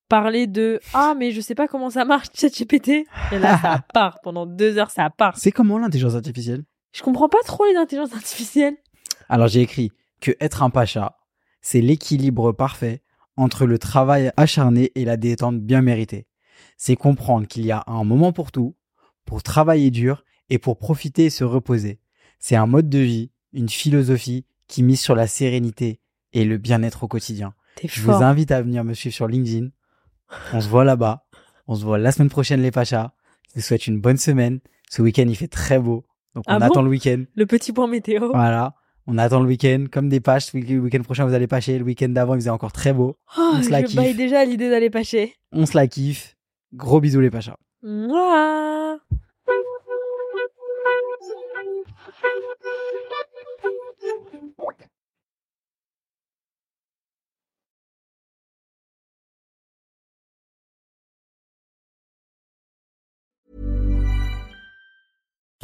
[SPEAKER 2] parlez de Ah, mais je sais pas comment ça marche, [laughs] chat GPT. Et là, ça
[SPEAKER 1] [laughs]
[SPEAKER 2] part. Pendant deux heures, ça part.
[SPEAKER 1] C'est comment l'intelligence artificielle
[SPEAKER 2] Je comprends pas trop les intelligences artificielles.
[SPEAKER 1] Alors j'ai écrit que être un Pacha, c'est l'équilibre parfait entre le travail acharné et la détente bien méritée. C'est comprendre qu'il y a un moment pour tout, pour travailler dur et pour profiter et se reposer. C'est un mode de vie, une philosophie qui mise sur la sérénité et le bien-être au quotidien.
[SPEAKER 2] T'es
[SPEAKER 1] Je
[SPEAKER 2] fort.
[SPEAKER 1] vous invite à venir me suivre sur LinkedIn. On se voit là-bas. On se voit la semaine prochaine, les Pachas. Je vous souhaite une bonne semaine. Ce week-end, il fait très beau. Donc,
[SPEAKER 2] Ah
[SPEAKER 1] on
[SPEAKER 2] bon
[SPEAKER 1] attend le week-end.
[SPEAKER 2] Le petit point météo.
[SPEAKER 1] Voilà. On attend le week-end. Comme des paches. Le week-end prochain, vous allez pacher. Le week-end d'avant, il faisait encore très beau.
[SPEAKER 2] Oh,
[SPEAKER 1] on se la
[SPEAKER 2] je baille
[SPEAKER 1] kiffe.
[SPEAKER 2] déjà à l'idée d'aller pacher.
[SPEAKER 1] On se la kiffe. Gros bisous, les Pachas.
[SPEAKER 2] Mouah